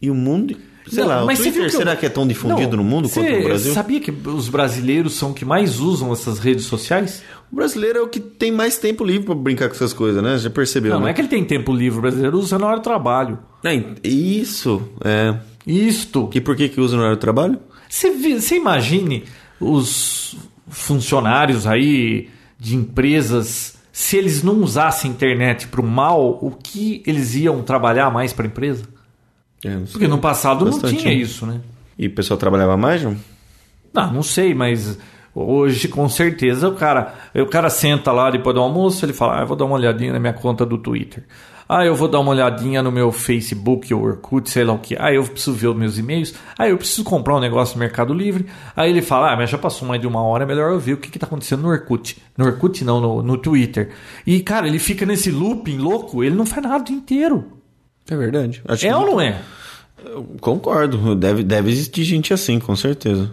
[SPEAKER 3] e o mundo. Sei
[SPEAKER 1] Não,
[SPEAKER 3] lá, o
[SPEAKER 1] você viu
[SPEAKER 3] Twitter será que é tão difundido
[SPEAKER 1] Não,
[SPEAKER 3] no mundo
[SPEAKER 1] você
[SPEAKER 3] quanto no Brasil?
[SPEAKER 1] sabia que os brasileiros são que mais usam essas redes sociais?
[SPEAKER 3] O brasileiro é o que tem mais tempo livre pra brincar com essas coisas, né? Já percebeu,
[SPEAKER 1] Não, não
[SPEAKER 3] né?
[SPEAKER 1] é que ele tem tempo livre, o brasileiro usa na hora do trabalho.
[SPEAKER 3] É, isso, é.
[SPEAKER 1] Isto.
[SPEAKER 3] E por que que usa no horário do trabalho?
[SPEAKER 1] Você vi- você imagine os funcionários aí de empresas, se eles não usassem a internet pro mal, o que eles iam trabalhar mais pra empresa?
[SPEAKER 3] É, não sei.
[SPEAKER 1] Porque no passado
[SPEAKER 3] Bastante,
[SPEAKER 1] não tinha
[SPEAKER 3] né?
[SPEAKER 1] isso, né?
[SPEAKER 3] E o pessoal trabalhava mais, João?
[SPEAKER 1] Ah, Não, não sei, mas hoje com certeza o cara, o cara senta lá depois do almoço, ele fala: "Ah, eu vou dar uma olhadinha na minha conta do Twitter. Ah, eu vou dar uma olhadinha no meu Facebook ou Orkut, sei lá o que. Ah, eu preciso ver os meus e-mails. Ah, eu preciso comprar um negócio no Mercado Livre. Aí ele fala: Ah, mas já passou mais de uma hora, é melhor eu ver o que, que tá acontecendo no Orkut. No Orkut não, no, no Twitter. E, cara, ele fica nesse looping louco, ele não faz nada o dia inteiro.
[SPEAKER 3] É verdade. Acho
[SPEAKER 1] É ou não é?
[SPEAKER 3] Concordo. Deve, deve existir gente assim, com certeza.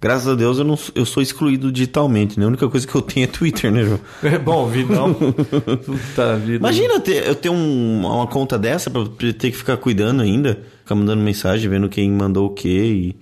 [SPEAKER 3] Graças a Deus eu, não, sou- eu sou excluído digitalmente, né? A única coisa que eu tenho é Twitter, né, João?
[SPEAKER 1] É bom, vi não. Puta vida.
[SPEAKER 3] Imagina ter- eu ter um- uma conta dessa pra ter que ficar cuidando ainda, ficar mandando mensagem, vendo quem mandou o quê e.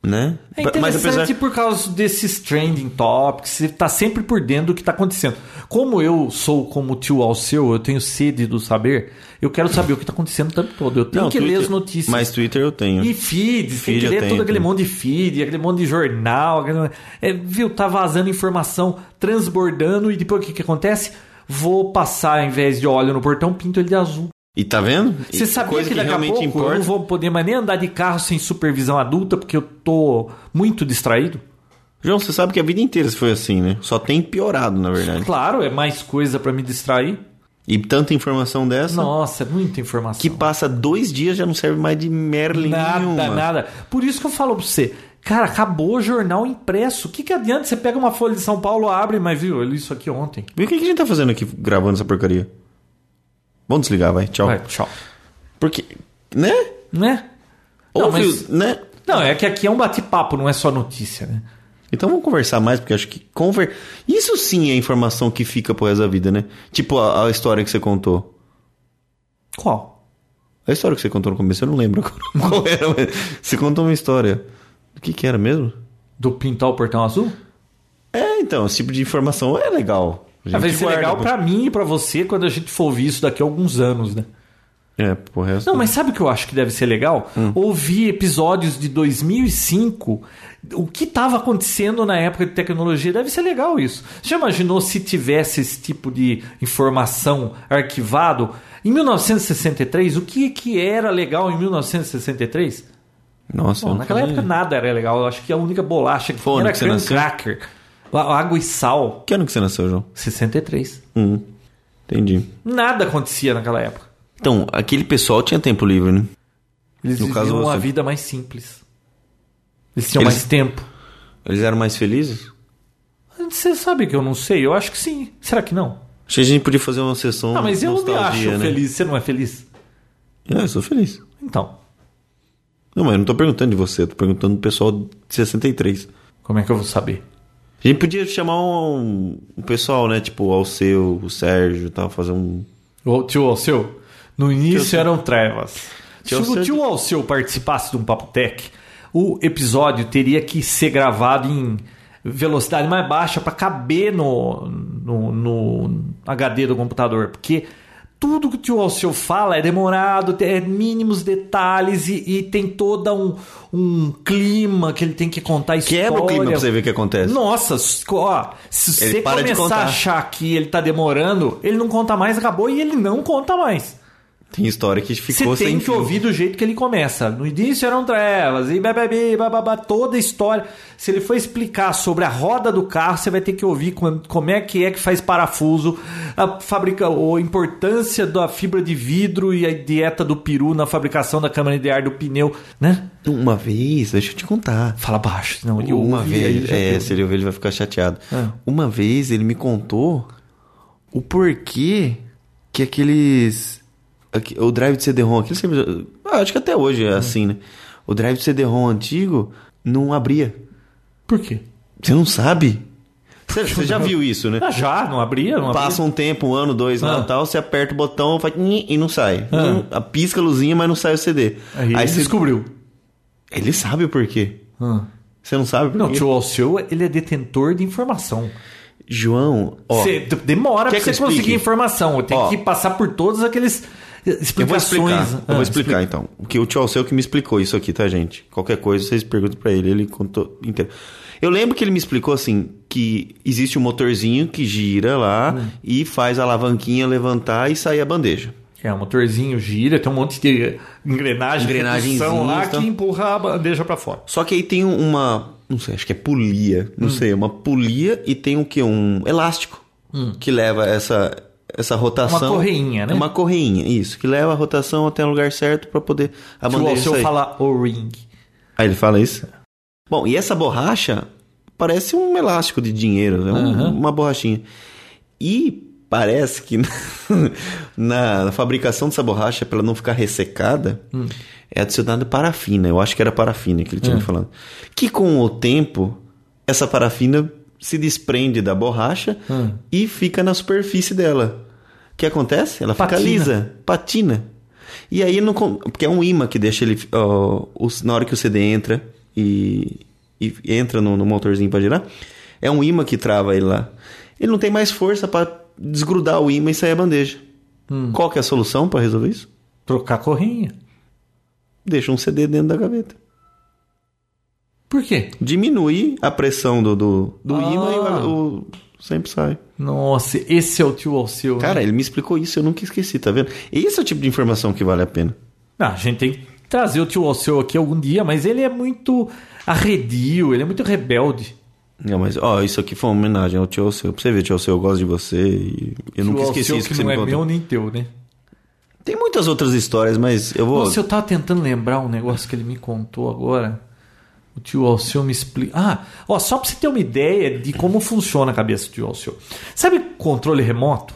[SPEAKER 3] Né?
[SPEAKER 1] É
[SPEAKER 3] Pra-
[SPEAKER 1] interessante por causa desses trending topics, você tá sempre por dentro do que tá acontecendo. Como eu sou como o tio Alceu, eu tenho sede do saber, eu quero saber o que tá acontecendo o tempo todo. Eu tenho
[SPEAKER 3] Não,
[SPEAKER 1] que
[SPEAKER 3] Twitter-
[SPEAKER 1] ler as notícias.
[SPEAKER 3] Mas Twitter eu tenho.
[SPEAKER 1] E feeds, tem
[SPEAKER 3] Feed
[SPEAKER 1] que
[SPEAKER 3] eu
[SPEAKER 1] ler
[SPEAKER 3] tenho
[SPEAKER 1] todo aquele
[SPEAKER 3] também.
[SPEAKER 1] monte de feed, aquele monte de jornal. aquele- é, viu, tá vazando informação, transbordando, e depois o que, que acontece? Vou passar, ao invés de óleo no portão, pinto ele de azul.
[SPEAKER 3] E tá vendo?
[SPEAKER 1] Você
[SPEAKER 3] E
[SPEAKER 1] sabia
[SPEAKER 3] coisa
[SPEAKER 1] que daqui a
[SPEAKER 3] realmente
[SPEAKER 1] pouco eu não vou poder mais nem andar de carro sem supervisão adulta, porque eu tô muito distraído?
[SPEAKER 3] João, você sabe que a vida inteira foi assim, né? Só tem piorado, na verdade.
[SPEAKER 1] Claro, é mais coisa pra me distrair.
[SPEAKER 3] E tanta informação dessa
[SPEAKER 1] Nossa, é muita informação.
[SPEAKER 3] que passa dois dias já não serve mais de merda
[SPEAKER 1] nada,
[SPEAKER 3] nenhuma.
[SPEAKER 1] nada. Por isso que eu falo pra você, cara, acabou o jornal impresso. O que, que adianta? Você pega uma folha de São Paulo, abre, mas viu, eu li isso aqui ontem.
[SPEAKER 3] E o que que a gente tá fazendo aqui gravando essa porcaria? Vamos desligar, vai. Tchau.
[SPEAKER 1] Vai, tchau.
[SPEAKER 3] Porque, né?
[SPEAKER 1] Né?
[SPEAKER 3] Ou
[SPEAKER 1] Não, mas-
[SPEAKER 3] né?
[SPEAKER 1] Não, é que aqui é um bate-papo, não é só notícia, né?
[SPEAKER 3] Então vamos conversar mais, porque acho que conver... Isso sim é informação que fica pro resto da vida, né? Tipo a, a história que você contou.
[SPEAKER 1] Qual?
[SPEAKER 3] A história que você contou no começo, eu não lembro agora qual era, mas você contou uma história. O que que era mesmo?
[SPEAKER 1] Do pintar o portão azul?
[SPEAKER 3] É, então, esse tipo de informação é legal. A gente
[SPEAKER 1] Vai ser
[SPEAKER 3] guarda
[SPEAKER 1] é legal
[SPEAKER 3] pro-
[SPEAKER 1] pra mim e pra você quando a gente for ouvir isso daqui a alguns anos, né?
[SPEAKER 3] É, pro resto.
[SPEAKER 1] Não, mas sabe o que eu acho que deve ser legal?
[SPEAKER 3] Hum.
[SPEAKER 1] Ouvir episódios de 2005, o que estava acontecendo na época de tecnologia, deve ser legal isso. Já imaginou se tivesse esse tipo de informação arquivado? Em 1963, o que, é que era legal em 1963?
[SPEAKER 3] Nossa, eu
[SPEAKER 1] Bom,
[SPEAKER 3] não
[SPEAKER 1] naquela
[SPEAKER 3] falei.
[SPEAKER 1] época nada era legal. Eu acho que a única bolacha que
[SPEAKER 3] Foi onde
[SPEAKER 1] era
[SPEAKER 3] que você
[SPEAKER 1] Graham
[SPEAKER 3] nasceu?
[SPEAKER 1] Cracker, a- água e sal,
[SPEAKER 3] Que ano que você nasceu, João?
[SPEAKER 1] 63.
[SPEAKER 3] Hum, entendi.
[SPEAKER 1] Nada acontecia naquela época.
[SPEAKER 3] Então, aquele pessoal tinha tempo livre, né?
[SPEAKER 1] Eles
[SPEAKER 3] No
[SPEAKER 1] viviam
[SPEAKER 3] caso,
[SPEAKER 1] uma
[SPEAKER 3] você.
[SPEAKER 1] vida mais simples. Eles tinham
[SPEAKER 3] Eles-
[SPEAKER 1] mais tempo.
[SPEAKER 3] Eles eram mais felizes?
[SPEAKER 1] Você sabe que eu não sei? Eu acho que sim. Será que não?
[SPEAKER 3] Acho que a gente podia fazer uma sessão.
[SPEAKER 1] Ah, mas eu me acho
[SPEAKER 3] nostalgia, né?
[SPEAKER 1] feliz. Você não é feliz?
[SPEAKER 3] É, eu sou feliz.
[SPEAKER 1] Então,
[SPEAKER 3] Não, mas eu não tô perguntando de você, eu tô perguntando do pessoal de 63.
[SPEAKER 1] como é que eu vou saber?
[SPEAKER 3] A gente podia chamar um, um pessoal, né? Tipo, o Alceu, o Sérgio e tal, fazer um.
[SPEAKER 1] O tio Alceu, no início eram trevas. Se
[SPEAKER 3] Tio Alceu-
[SPEAKER 1] o tio Alceu participasse de um Papo Tech, o episódio teria que ser gravado em velocidade mais baixa para caber no, no, no HD do computador, porque tudo que o tio Alceu fala é demorado, é mínimos detalhes e, e tem todo um, um clima que ele tem que contar história.
[SPEAKER 3] Quebra o clima pra você ver o que acontece.
[SPEAKER 1] Nossa, s- ó, se
[SPEAKER 3] Ele
[SPEAKER 1] você
[SPEAKER 3] para de
[SPEAKER 1] começar
[SPEAKER 3] contar.
[SPEAKER 1] a achar que ele tá demorando, ele não conta mais, acabou e ele não conta mais.
[SPEAKER 3] Tem história que ficou
[SPEAKER 1] você
[SPEAKER 3] sem.
[SPEAKER 1] tem que
[SPEAKER 3] fim.
[SPEAKER 1] ouvir do jeito que ele começa. No início eram trevas e bebê, bababá, toda a história. Se ele for explicar sobre a roda do carro, você vai ter que ouvir quando- como é que é que faz parafuso, a fabrica, a importância da fibra de vidro e a dieta do peru na fabricação da câmara de ar do pneu, né?
[SPEAKER 3] Uma vez, deixa eu te contar.
[SPEAKER 1] Fala baixo, senão ele
[SPEAKER 3] uma
[SPEAKER 1] ouve e aí ele
[SPEAKER 3] vez,
[SPEAKER 1] já É.
[SPEAKER 3] é,
[SPEAKER 1] pega.
[SPEAKER 3] se ele ouvir, ele vai ficar chateado.
[SPEAKER 1] Ah.
[SPEAKER 3] Uma vez ele me contou o porquê que aqueles. aque- O drive de CD-ROM, aquele servidor. ah, acho que até hoje é assim, né? O drive de CD-ROM antigo não abria.
[SPEAKER 1] Por quê?
[SPEAKER 3] Você não sabe? Você, você já viu isso, né?
[SPEAKER 1] Ah, já, não abria, não abria.
[SPEAKER 3] Passa um tempo, um ano, dois, lá
[SPEAKER 1] Ah.
[SPEAKER 3] e tal, você aperta o botão faz nhi, e não sai.
[SPEAKER 1] Ah.
[SPEAKER 3] A pisca a luzinha, mas não sai o CD.
[SPEAKER 1] Aí, ele
[SPEAKER 3] você-
[SPEAKER 1] descobriu.
[SPEAKER 3] Ele sabe o porquê.
[SPEAKER 1] Ah.
[SPEAKER 3] Você não sabe por
[SPEAKER 1] Não, o
[SPEAKER 3] quê?
[SPEAKER 1] tio Alceu, ele é detentor de informação.
[SPEAKER 3] João, ó.
[SPEAKER 1] Você d- demora
[SPEAKER 3] Quer
[SPEAKER 1] pra
[SPEAKER 3] que eu
[SPEAKER 1] você
[SPEAKER 3] explique?
[SPEAKER 1] conseguir informação. Eu tenho
[SPEAKER 3] Ó.
[SPEAKER 1] que passar por todas aqueles eh,
[SPEAKER 3] Eu vou
[SPEAKER 1] explicações.
[SPEAKER 3] explicar. eu
[SPEAKER 1] Ah,
[SPEAKER 3] vou explicar então. Porque o tio Alceu que me explicou isso aqui, tá, gente? Qualquer coisa vocês perguntam pra ele, ele contou inteiro. Eu lembro que ele me explicou assim: que existe um motorzinho que gira lá
[SPEAKER 1] Hum.
[SPEAKER 3] e faz a alavanquinha levantar e sair a bandeja.
[SPEAKER 1] É, o motorzinho gira, tem um monte de engrenagem,
[SPEAKER 3] Engrenagenzinhas,
[SPEAKER 1] repetição lá
[SPEAKER 3] então.
[SPEAKER 1] que empurra a bandeja pra fora.
[SPEAKER 3] Só que aí tem uma. Não sei, acho que é polia.
[SPEAKER 1] Hum.
[SPEAKER 3] Não sei, uma polia e tem o quê? Um elástico que leva essa, essa rotação.
[SPEAKER 1] Hum. Uma correinha, né?
[SPEAKER 3] Uma correinha, isso. Que leva a rotação até o lugar certo pra poder a
[SPEAKER 1] Tio
[SPEAKER 3] bandeja
[SPEAKER 1] Alceu
[SPEAKER 3] sair.
[SPEAKER 1] fala o ring.
[SPEAKER 3] Aí ele fala isso? Bom, e essa borracha parece um elástico de dinheiro, né? Um-
[SPEAKER 1] Aham.
[SPEAKER 3] uma borrachinha. E parece que na, na fabricação dessa borracha, para ela não ficar ressecada,
[SPEAKER 1] Hum.
[SPEAKER 3] é adicionada parafina. Eu acho que era parafina que ele
[SPEAKER 1] É.
[SPEAKER 3] tinha me falado. Que com o tempo, essa parafina se desprende da borracha
[SPEAKER 1] Hum.
[SPEAKER 3] e fica na superfície dela. O que acontece? Ela fica
[SPEAKER 1] Patina.
[SPEAKER 3] lisa patina. E aí não. con- Porque é um imã que deixa ele. ó, os- na hora que o CD entra e, e entra no, no motorzinho pra girar, é um imã que trava ele lá. Ele não tem mais força pra desgrudar o imã e sair a bandeja.
[SPEAKER 1] Hum.
[SPEAKER 3] Qual que é a solução pra resolver isso?
[SPEAKER 1] Trocar a correinha.
[SPEAKER 3] Deixa um CD dentro da gaveta.
[SPEAKER 1] Por quê?
[SPEAKER 3] Diminui a pressão do, do, do
[SPEAKER 1] Ah.
[SPEAKER 3] imã e o, o- sempre sai.
[SPEAKER 1] Nossa, esse é o tio Alceu. né?
[SPEAKER 3] Cara, ele me explicou isso, eu nunca esqueci, tá vendo? Esse é o tipo de informação que vale a pena.
[SPEAKER 1] Não, a gente tem que trazer o tio Alceu aqui algum dia, mas ele é muito arredio, ele é muito rebelde.
[SPEAKER 3] Não, mas, ó, isso aqui foi uma homenagem ao Tio Alceu. Pra você ver, Tio Alceu, eu gosto de você e eu nunca
[SPEAKER 1] tio
[SPEAKER 3] esqueci
[SPEAKER 1] Alceu
[SPEAKER 3] isso que,
[SPEAKER 1] que
[SPEAKER 3] você
[SPEAKER 1] não
[SPEAKER 3] me
[SPEAKER 1] é
[SPEAKER 3] contou.
[SPEAKER 1] meu nem teu, né?
[SPEAKER 3] Tem muitas outras histórias, mas eu vou...
[SPEAKER 1] Nossa, eu tava tentando lembrar um negócio que ele me contou agora. O tio Alceu me explica. Ah, ó, só pra você ter uma ideia de como funciona a cabeça do tio Alceu. Sabe controle remoto?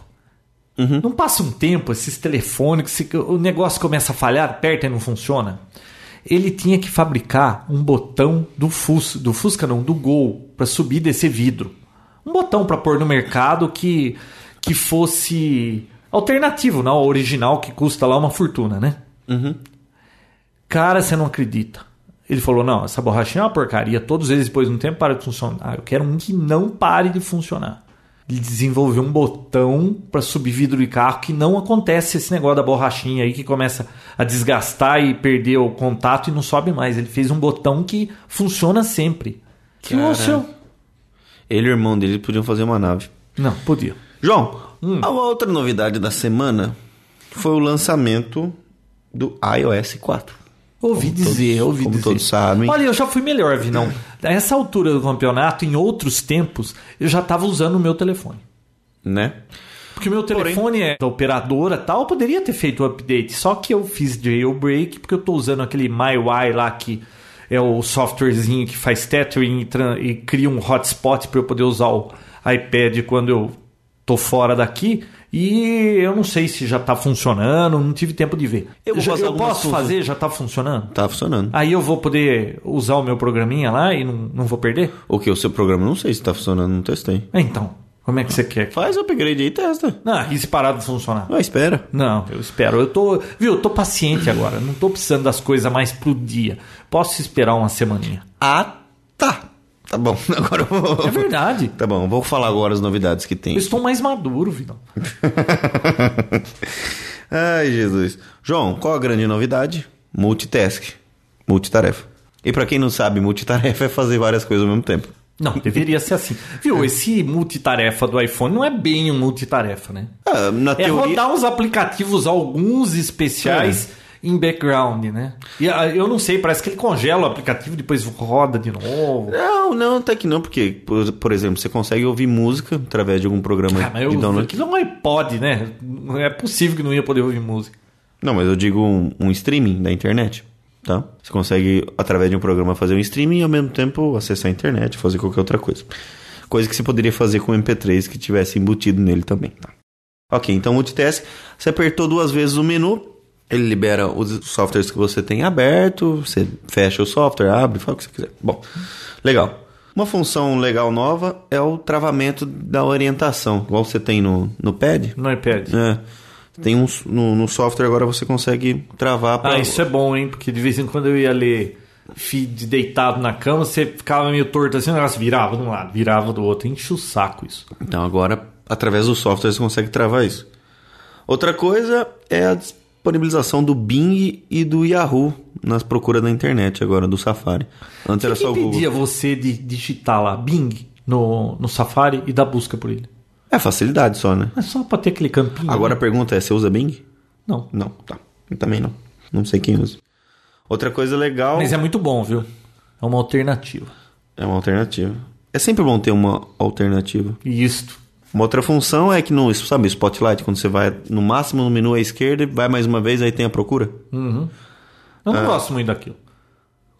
[SPEAKER 1] Não passa um tempo, esses telefones, que se- o negócio começa a falhar, aperta e não funciona. Ele tinha que fabricar um botão do Fusca, do Fusca não, do Gol, pra subir e descer vidro. Um botão pra pôr no mercado que, que fosse alternativo, não ao original que custa lá uma fortuna, né? Cara, você não acredita. Ele falou: não, essa borrachinha é uma porcaria, todos eles depois de um tempo param de funcionar. Eu quero um que não pare de funcionar. Ele desenvolveu um botão para subir vidro de carro que não acontece esse negócio da borrachinha aí que começa a desgastar e perder o contato e não sobe mais. Ele fez um botão que funciona sempre. Que é
[SPEAKER 3] Cara.
[SPEAKER 1] o seu.
[SPEAKER 3] Ele e o irmão dele podiam fazer uma nave.
[SPEAKER 1] Não, podia.
[SPEAKER 3] João,
[SPEAKER 1] Hum.
[SPEAKER 3] a outra novidade da semana foi o lançamento do iOS 4.
[SPEAKER 1] Ouvi dizer,
[SPEAKER 3] todos-
[SPEAKER 1] ouvi
[SPEAKER 3] como
[SPEAKER 1] dizer.
[SPEAKER 3] todos sabem.
[SPEAKER 1] Olha, eu já fui melhor, Vinão. Nessa altura do campeonato, em outros tempos, eu já estava usando o meu telefone.
[SPEAKER 3] Né?
[SPEAKER 1] Porque meu telefone é da operadora e tal, eu poderia ter feito o update. Só que eu fiz jailbreak porque eu tô usando aquele MyWi lá que é o softwarezinho que faz tethering e, tran- e cria um hotspot para eu poder usar o iPad quando eu tô fora daqui. E eu não sei se já tá funcionando, não tive tempo de ver.
[SPEAKER 3] Eu vou
[SPEAKER 1] já,
[SPEAKER 3] fazer
[SPEAKER 1] eu
[SPEAKER 3] algumas
[SPEAKER 1] posso
[SPEAKER 3] consultas.
[SPEAKER 1] fazer? Já tá funcionando?
[SPEAKER 3] Tá funcionando.
[SPEAKER 1] Aí eu vou poder usar o meu programinha lá e não, não vou perder?
[SPEAKER 3] O que? O seu programa? Não sei se tá funcionando, não testei.
[SPEAKER 1] É, Então, como é que você quer?
[SPEAKER 3] Faz o upgrade aí e testa.
[SPEAKER 1] Não, e se parar de funcionar?
[SPEAKER 3] Ah, espera.
[SPEAKER 1] Não, eu espero. Eu tô, viu, eu tô paciente agora. Não tô precisando das coisas mais pro dia. Posso esperar uma semaninha.
[SPEAKER 3] Ah, tá. Tá bom, agora eu vou...
[SPEAKER 1] É verdade.
[SPEAKER 3] Tá bom, vou falar agora as novidades que tem.
[SPEAKER 1] Eu estou mais maduro, Vidal.
[SPEAKER 3] Ai, Jesus. João, qual a grande novidade? Multitask. Multitarefa. E pra quem não sabe, multitarefa é fazer várias coisas ao mesmo tempo.
[SPEAKER 1] Não, deveria ser assim. Viu, esse multitarefa do iPhone não é bem um multitarefa, né?
[SPEAKER 3] Ah, na
[SPEAKER 1] É
[SPEAKER 3] teoria.
[SPEAKER 1] rodar uns aplicativos, alguns especiais, em background, né? E ah, eu não sei, parece que ele congela o aplicativo, depois roda de novo.
[SPEAKER 3] Não, não, até que não, porque, por, por exemplo, você consegue ouvir música através de algum programa
[SPEAKER 1] Ah, mas eu,
[SPEAKER 3] de download.
[SPEAKER 1] aquilo é um iPod, né? Não é possível que não ia poder ouvir música.
[SPEAKER 3] Não, mas eu digo um, um streaming da internet, tá? Você consegue, através de um programa, fazer um streaming e ao mesmo tempo acessar a internet, fazer qualquer outra coisa. Coisa que você poderia fazer com o MP3 que tivesse embutido nele também, tá? Ok, então multitask. Você apertou duas vezes o menu, ele libera os softwares que você tem aberto, você fecha o software, abre, faz o que você quiser. Bom, legal. Uma função legal nova é o travamento da orientação, igual você tem no, no pad.
[SPEAKER 1] No iPad.
[SPEAKER 3] É. Tem um, no, no software agora você consegue travar pra-
[SPEAKER 1] Ah, isso é bom, hein? Porque de vez em quando eu ia ler feed deitado na cama, você ficava meio torto assim, o negócio virava de um lado, virava do outro. Enche o saco isso.
[SPEAKER 3] Então agora, através do software, você consegue travar isso. Outra coisa é a disponibilização do Bing e do Yahoo nas procuras da internet agora, do Safari. Antes era
[SPEAKER 1] O que
[SPEAKER 3] É só o Google.
[SPEAKER 1] impedia você de digitar lá Bing no, no Safari e dar busca por ele?
[SPEAKER 3] É facilidade só, né?
[SPEAKER 1] É só pra ter aquele campinho.
[SPEAKER 3] Agora a pergunta é, você usa Bing?
[SPEAKER 1] Não.
[SPEAKER 3] Não, tá. Eu também não. Não sei quem usa. Outra coisa legal
[SPEAKER 1] Mas é muito bom, viu? É uma alternativa.
[SPEAKER 3] é uma alternativa. É sempre bom ter uma alternativa.
[SPEAKER 1] E isto.
[SPEAKER 3] Uma outra função é que no, sabe, Spotlight, quando você vai no máximo no menu à esquerda, e vai mais uma vez, aí tem a procura.
[SPEAKER 1] Eu
[SPEAKER 3] É.
[SPEAKER 1] não gosto muito daquilo.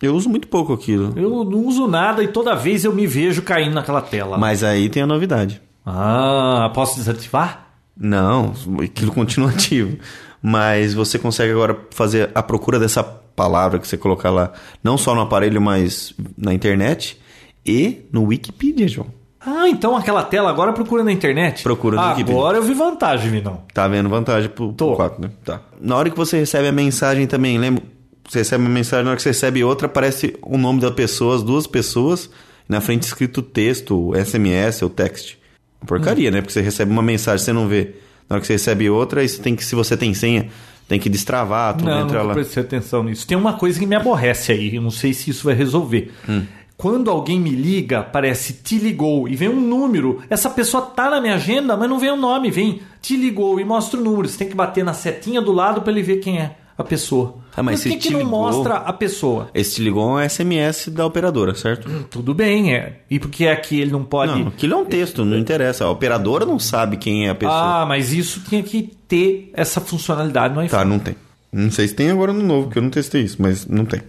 [SPEAKER 3] Eu uso muito pouco aquilo.
[SPEAKER 1] Eu não uso nada e toda vez eu me vejo caindo naquela tela.
[SPEAKER 3] Mas aí tem a novidade.
[SPEAKER 1] Ah, posso desativar?
[SPEAKER 3] Não, aquilo continua ativo. Mas você consegue agora fazer a procura dessa palavra que você colocar lá, não só no aparelho, mas na internet e no Wikipedia, João.
[SPEAKER 1] Ah, então aquela tela agora procura na internet?
[SPEAKER 3] Procura no Wikipedia.
[SPEAKER 1] Agora eu vi vantagem, Vinão.
[SPEAKER 3] Tá vendo vantagem pro,
[SPEAKER 1] Tô.
[SPEAKER 3] pro 4, né? Tá. Na hora que você recebe a mensagem também, lembra? Você recebe uma mensagem, na hora que você recebe outra, aparece o nome da pessoa, as duas pessoas, e na frente escrito texto, SMS ou text. Uma Porcaria, né? Porque você recebe uma mensagem, você não vê. Na hora que você recebe outra, aí você tem que, se você tem senha, tem que destravar, tudo
[SPEAKER 1] Não,
[SPEAKER 3] entra
[SPEAKER 1] não
[SPEAKER 3] lá.
[SPEAKER 1] prestei atenção nisso. Tem uma coisa que me aborrece aí, eu não sei se isso vai resolver.
[SPEAKER 3] Hum.
[SPEAKER 1] Quando alguém me liga, parece te ligou e vem um número. Essa pessoa tá na minha agenda, mas não vem o nome, vem te ligou e mostra o número. Você tem que bater na setinha do lado pra ele ver quem é a pessoa.
[SPEAKER 3] Ah, mas
[SPEAKER 1] Por que,
[SPEAKER 3] se
[SPEAKER 1] que
[SPEAKER 3] te
[SPEAKER 1] não
[SPEAKER 3] ligou-
[SPEAKER 1] mostra a pessoa?
[SPEAKER 3] Esse te ligou é um SMS da operadora, certo?
[SPEAKER 1] Tudo bem, é. E porque aqui ele não pode.
[SPEAKER 3] Não, aquilo é um texto, não interessa. A operadora não sabe quem é a pessoa.
[SPEAKER 1] ah, mas isso tinha que ter essa funcionalidade no iPhone.
[SPEAKER 3] Tá, não tem. Não sei se tem agora no novo, porque eu não testei isso, mas não tem.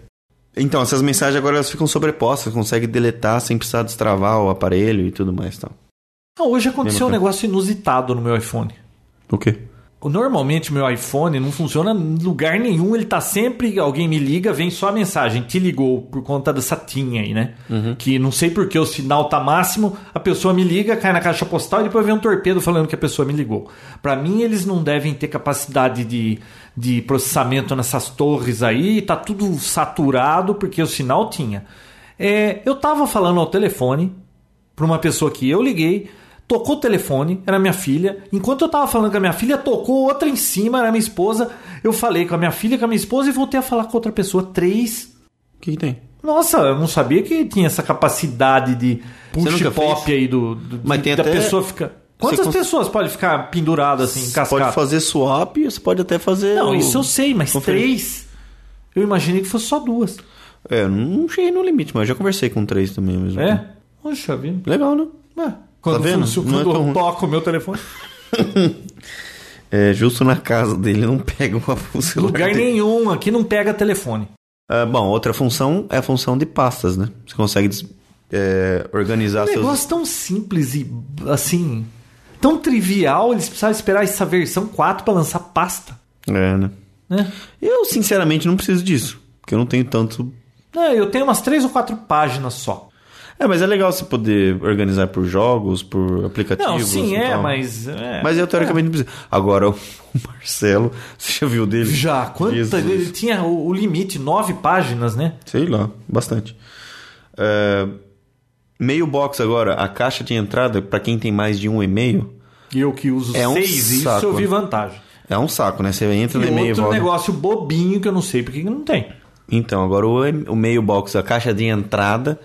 [SPEAKER 3] Então, essas mensagens agora elas ficam sobrepostas, você consegue deletar sem precisar destravar o aparelho e tudo mais e tal.
[SPEAKER 1] Ah, hoje aconteceu um
[SPEAKER 3] Mesma
[SPEAKER 1] negócio inusitado no meu iPhone.
[SPEAKER 3] O quê?
[SPEAKER 1] Normalmente o meu iPhone não funciona em lugar nenhum, ele tá sempre. Alguém me liga, vem só a mensagem, te ligou por conta dessa tinha aí, né? Que não sei por que o sinal tá máximo, a pessoa me liga, cai na caixa postal e depois vem um torpedo falando que a pessoa me ligou. Pra mim, eles não devem ter capacidade de, de processamento nessas torres aí, tá tudo saturado porque o sinal tinha. É, eu tava falando ao telefone, para uma pessoa que eu liguei, tocou o telefone, era minha filha. Enquanto eu tava falando com a minha filha, tocou outra em cima, era minha esposa. Eu falei com a minha filha, com a minha esposa e voltei a falar com outra pessoa. Três.
[SPEAKER 3] O que, que tem?
[SPEAKER 1] Nossa, eu não sabia que tinha essa capacidade de push
[SPEAKER 3] nunca
[SPEAKER 1] pop
[SPEAKER 3] fez?
[SPEAKER 1] aí do, do
[SPEAKER 3] Mas
[SPEAKER 1] de-
[SPEAKER 3] tem
[SPEAKER 1] da
[SPEAKER 3] até-
[SPEAKER 1] pessoa ficar. Quantas
[SPEAKER 3] cons-
[SPEAKER 1] pessoas podem ficar penduradas assim,
[SPEAKER 3] Você pode
[SPEAKER 1] cascata?
[SPEAKER 3] fazer swap, você pode até fazer.
[SPEAKER 1] Não,
[SPEAKER 3] o-
[SPEAKER 1] isso eu sei, mas
[SPEAKER 3] Conferência.
[SPEAKER 1] três. Eu imaginei que fosse só duas.
[SPEAKER 3] É, eu não cheguei no limite, mas eu já conversei com três também mesmo.
[SPEAKER 1] É? Poxa vida.
[SPEAKER 3] Legal, né?
[SPEAKER 1] Ué, Quando,
[SPEAKER 3] vendo?
[SPEAKER 1] funcio-
[SPEAKER 3] Não é
[SPEAKER 1] quando
[SPEAKER 3] tão
[SPEAKER 1] eu
[SPEAKER 3] ruim.
[SPEAKER 1] toco o meu telefone.
[SPEAKER 3] É, justo na casa dele não pega o celular.
[SPEAKER 1] Lugar
[SPEAKER 3] dele.
[SPEAKER 1] nenhum, aqui não pega telefone.
[SPEAKER 3] Ah, bom, outra função é a função de pastas, né? Você consegue des- é, organizar
[SPEAKER 1] Um
[SPEAKER 3] seus.
[SPEAKER 1] negócio tão simples e assim, tão trivial, eles precisavam esperar essa versão 4 para lançar pasta,
[SPEAKER 3] É, né?
[SPEAKER 1] né?
[SPEAKER 3] Eu, sinceramente, não preciso disso. Porque eu não tenho tanto.
[SPEAKER 1] É, eu tenho umas três ou quatro páginas só.
[SPEAKER 3] É, mas é legal você poder organizar por jogos, por aplicativos.
[SPEAKER 1] Não, sim,
[SPEAKER 3] e
[SPEAKER 1] é,
[SPEAKER 3] tal.
[SPEAKER 1] mas é,
[SPEAKER 3] Mas eu teoricamente não preciso. Agora, o Marcelo, você já viu dele?
[SPEAKER 1] já quantas
[SPEAKER 3] Jesus.
[SPEAKER 1] ele tinha o, o limite nove páginas, né?
[SPEAKER 3] Sei lá, bastante. É, Meio box agora, a caixa de entrada, pra quem tem mais de um e-mail,
[SPEAKER 1] E eu que uso
[SPEAKER 3] É um
[SPEAKER 1] seis, isso
[SPEAKER 3] saco.
[SPEAKER 1] eu vi vantagem.
[SPEAKER 3] é um saco, né? Você entra no
[SPEAKER 1] E
[SPEAKER 3] e-mail e
[SPEAKER 1] outro
[SPEAKER 3] volta.
[SPEAKER 1] negócio bobinho que eu não sei porque que não tem.
[SPEAKER 3] Então, agora o, e- o mail box, a caixa de entrada,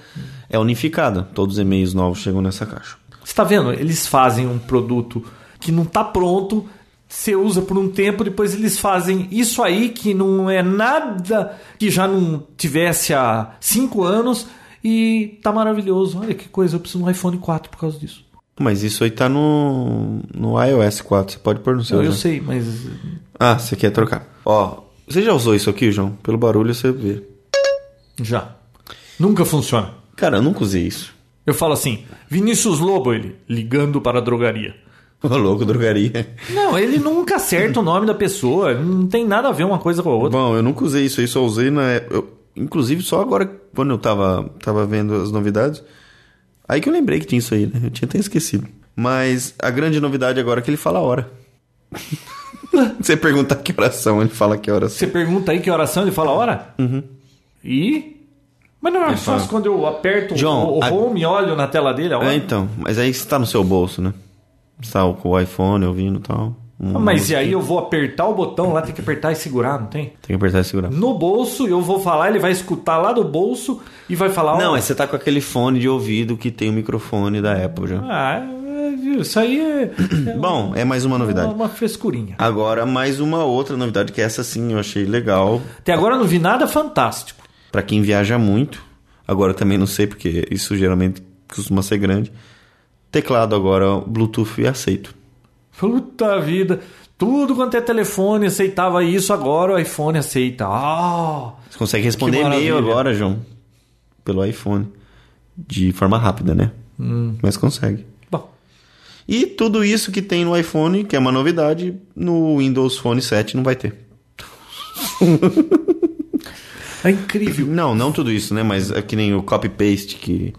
[SPEAKER 3] é unificada. Todos os e-mails novos chegam nessa caixa.
[SPEAKER 1] Você tá vendo? Eles fazem um produto que não tá pronto, você usa por um tempo, depois eles fazem isso aí que não é nada que já não tivesse há cinco anos e tá maravilhoso. Olha que coisa, eu preciso de um iPhone 4 por causa disso.
[SPEAKER 3] Mas isso aí tá no, no iOS 4, você pode pôr no seu.
[SPEAKER 1] eu
[SPEAKER 3] né?
[SPEAKER 1] sei, mas
[SPEAKER 3] Ah, você quer trocar. Ó, você já usou isso aqui, João? Pelo barulho você vê.
[SPEAKER 1] já. Nunca funciona.
[SPEAKER 3] Cara, eu nunca usei isso.
[SPEAKER 1] Eu falo assim, Vinícius Lobo, ele, ligando para a drogaria.
[SPEAKER 3] Ô, louco, drogaria.
[SPEAKER 1] Não, ele nunca acerta o nome da pessoa. Não tem nada a ver uma coisa com a outra.
[SPEAKER 3] Bom, eu nunca usei isso aí, só usei na. é, eu- inclusive, só agora, quando eu tava, tava vendo as novidades. Aí que eu lembrei que tinha isso aí, né? Eu tinha até esquecido. Mas a grande novidade agora é que ele fala a hora. Você perguntar que horas são, ele fala que horas são.
[SPEAKER 1] Você pergunta aí que oração ele fala a hora? E. Mas não é só
[SPEAKER 3] Uhum. fala-
[SPEAKER 1] quando eu aperto o-
[SPEAKER 3] John,
[SPEAKER 1] o,
[SPEAKER 3] a-
[SPEAKER 1] home e olho na tela dele a hora. Ah,
[SPEAKER 3] É, então. Mas aí você tá no seu bolso, né? Você tá com o iPhone ouvindo e tal.
[SPEAKER 1] Ah,
[SPEAKER 3] Hum,
[SPEAKER 1] Mas e aí eu vou apertar o botão lá, tem que apertar e segurar, não tem?
[SPEAKER 3] Tem que apertar e segurar.
[SPEAKER 1] No bolso, eu vou falar, ele vai escutar lá do bolso e vai falar. ó,
[SPEAKER 3] Não, mas você tá com aquele fone de ouvido que tem o microfone da Apple já.
[SPEAKER 1] Ah, é, viu, isso aí é. é
[SPEAKER 3] Bom, é mais uma
[SPEAKER 1] uma,
[SPEAKER 3] novidade.
[SPEAKER 1] uma frescurinha.
[SPEAKER 3] Agora, mais uma outra novidade, que essa sim eu achei legal.
[SPEAKER 1] Até agora eu não vi nada fantástico.
[SPEAKER 3] Pra quem viaja muito, agora eu também não sei, porque isso geralmente costuma ser grande. Teclado agora, Bluetooth aceito.
[SPEAKER 1] Puta vida. Tudo quanto é telefone aceitava isso, agora o iPhone aceita. Ah!
[SPEAKER 3] Você consegue responder e-mail
[SPEAKER 1] maravilha.
[SPEAKER 3] agora, João. Pelo iPhone. De forma rápida, né?
[SPEAKER 1] Hum.
[SPEAKER 3] Mas consegue.
[SPEAKER 1] Bom,
[SPEAKER 3] E tudo isso que tem no iPhone, que é uma novidade, no Windows Phone 7 não vai ter.
[SPEAKER 1] é incrível.
[SPEAKER 3] Não, não tudo isso, né? Mas é que nem o copy-paste, que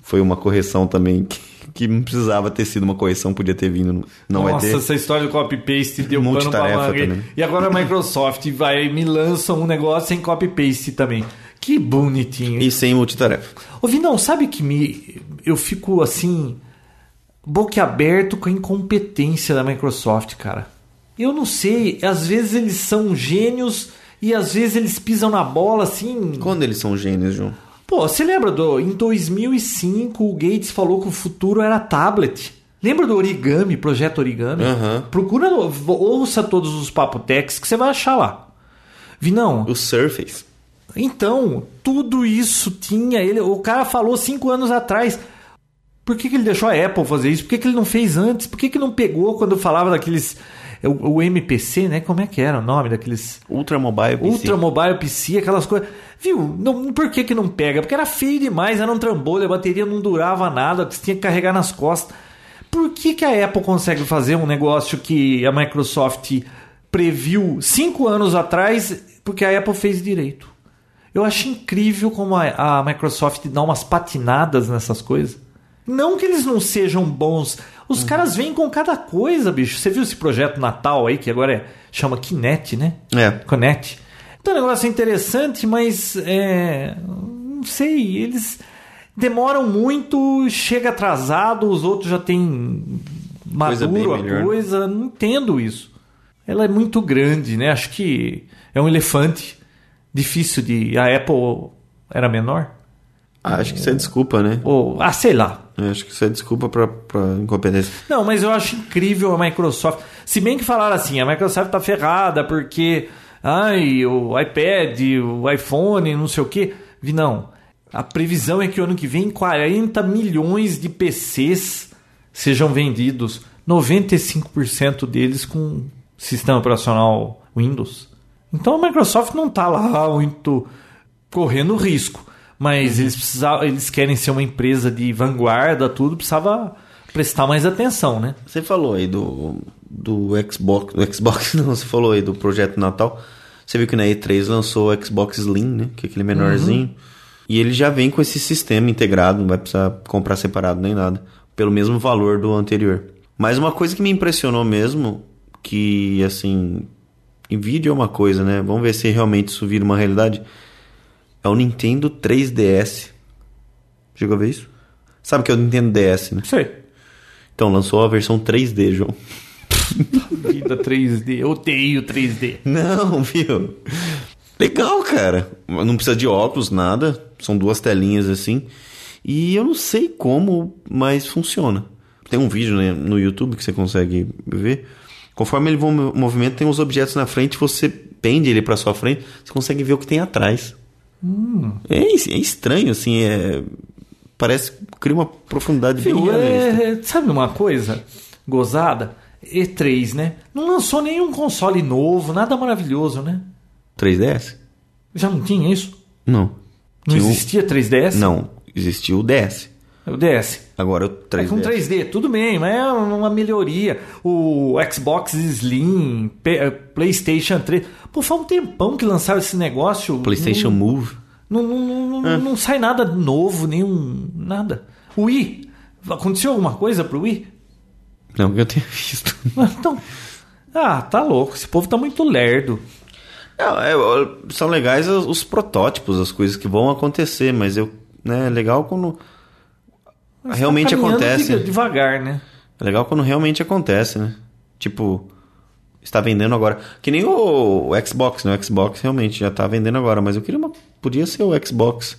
[SPEAKER 3] foi uma correção também, que, que não precisava ter sido uma correção, podia ter vindo. no- Não vai
[SPEAKER 1] Nossa,
[SPEAKER 3] ter.
[SPEAKER 1] essa história do copy-paste deu pano pra
[SPEAKER 3] Multitarefa
[SPEAKER 1] manga.
[SPEAKER 3] também.
[SPEAKER 1] E agora a Microsoft vai e me lança um negócio sem copy-paste também. Que bonitinho.
[SPEAKER 3] E sem multitarefa.
[SPEAKER 1] Ô, Vinão, sabe que me eu fico assim boquiaberto com a incompetência da Microsoft, cara. Eu não sei, às vezes eles são gênios e às vezes eles pisam na bola assim.
[SPEAKER 3] Quando eles são gênios, João?
[SPEAKER 1] Pô, você lembra do em 2005 o Gates falou que o futuro era tablet. Lembra do Origami, Projeto Origami?
[SPEAKER 3] Aham.
[SPEAKER 1] Procura, ouça todos os papotex que você vai achar lá. Vinão,
[SPEAKER 3] O Surface.
[SPEAKER 1] então, tudo isso tinha ele. O cara falou cinco anos atrás. Por que, que ele deixou a Apple fazer isso? Por que, que ele não fez antes? Por que, que não pegou quando falava daqueles. é, O, o MPC, né? Como é que era o nome daqueles.
[SPEAKER 3] Ultra Mobile PC.
[SPEAKER 1] Ultra Mobile PC, aquelas coisas. Viu? Não, por que, que não pega? Porque era feio demais, era um trambolho, a bateria não durava nada, você tinha que carregar nas costas. Por que, que a Apple consegue fazer um negócio que a Microsoft previu cinco anos atrás? Porque a Apple fez direito. Eu acho incrível como a, a Microsoft dá umas patinadas nessas coisas. Não que eles não sejam bons. Os
[SPEAKER 3] Uhum.
[SPEAKER 1] caras vêm com cada coisa, bicho. Você viu esse projeto Natal aí, que agora é, chama Kinect, né?
[SPEAKER 3] É.
[SPEAKER 1] Connect. Então, é um negócio interessante, mas é, não sei, eles demoram muito, chega atrasado, os outros já têm
[SPEAKER 3] Coisa bem
[SPEAKER 1] maduro a
[SPEAKER 3] melhor. né?
[SPEAKER 1] coisa, não entendo isso. Ela é muito grande, né? Acho que é um elefante difícil de a Apple era menor
[SPEAKER 3] Ah, acho que isso é desculpa, né?
[SPEAKER 1] ou ah, sei lá.
[SPEAKER 3] Eu Acho que isso é desculpa pra, pra incompetência.
[SPEAKER 1] Não, mas eu acho incrível a Microsoft. Se bem que falaram assim, a Microsoft tá ferrada porque ai, o iPad, o iPhone, não sei o quê. Vi não. A previsão é que ano que vem 40 milhões de PCs sejam vendidos, 95% deles com sistema operacional Windows. Então a Microsoft não tá lá muito correndo risco,
[SPEAKER 3] Uhum.
[SPEAKER 1] mas eles precisavam, eles querem ser uma empresa de vanguarda, tudo precisava prestar mais atenção, né?
[SPEAKER 3] Você falou aí do, do Xbox. Do Xbox não, você falou aí do projeto Natal. Você viu que na E3 lançou o Xbox Slim, né? Que é aquele menorzinho. E ele já vem com esse sistema integrado, não vai precisar comprar separado nem nada. Pelo mesmo valor do anterior. Mas uma coisa que me impressionou mesmo, que assim. Em vídeo é uma coisa, né? Vamos ver se realmente isso vira uma realidade. É o Nintendo 3DS. Chegou a ver isso? Sabe o que é o Nintendo DS, né?
[SPEAKER 1] Sei.
[SPEAKER 3] Então, lançou a versão 3D, João.
[SPEAKER 1] Vida 3D, eu odeio 3D.
[SPEAKER 3] Não, viu? Legal, cara. Não precisa de óculos, nada. São duas telinhas assim. E eu não sei como, mas funciona. Tem um vídeo né, no YouTube que você consegue ver. Conforme ele vai em movimento, tem uns objetos na frente, você pende ele pra sua frente, você consegue ver o que tem atrás.
[SPEAKER 1] Hum.
[SPEAKER 3] É, es- é estranho, assim, é... Parece que cria uma profundidade bem
[SPEAKER 1] Viu,
[SPEAKER 3] realista.
[SPEAKER 1] é, sabe uma coisa gozada? E3, né? Não lançou nenhum console novo, nada maravilhoso, né?
[SPEAKER 3] 3DS?
[SPEAKER 1] Já não tinha isso?
[SPEAKER 3] Não.
[SPEAKER 1] Não
[SPEAKER 3] Tinha um-
[SPEAKER 1] existia 3DS?
[SPEAKER 3] Não, existiu o DS.
[SPEAKER 1] O DS.
[SPEAKER 3] Agora o 3
[SPEAKER 1] É com 3D, tudo bem, mas é uma melhoria. O Xbox Slim, P- eh, PlayStation 3. Pô, faz um tempão que lançaram esse negócio.
[SPEAKER 3] PlayStation É. Move.
[SPEAKER 1] Não, não, não, não- não sai nada novo, nenhum. nada. O Wii. Aconteceu alguma coisa pro Wii?
[SPEAKER 3] Não, que eu tenho visto.
[SPEAKER 1] Mas Então. Ah, tá louco. Esse povo tá muito lerdo.
[SPEAKER 3] Não, é, ó, são legais os, os protótipos, as coisas que vão acontecer, mas eu, né, é legal quando realmente
[SPEAKER 1] Tá caminhando
[SPEAKER 3] acontece.
[SPEAKER 1] de- devagar, né?
[SPEAKER 3] É legal quando realmente acontece, né? Tipo, está vendendo agora. Que nem o, o Xbox, né? O Xbox realmente já tá vendendo agora, mas eu queria uma podia ser o Xbox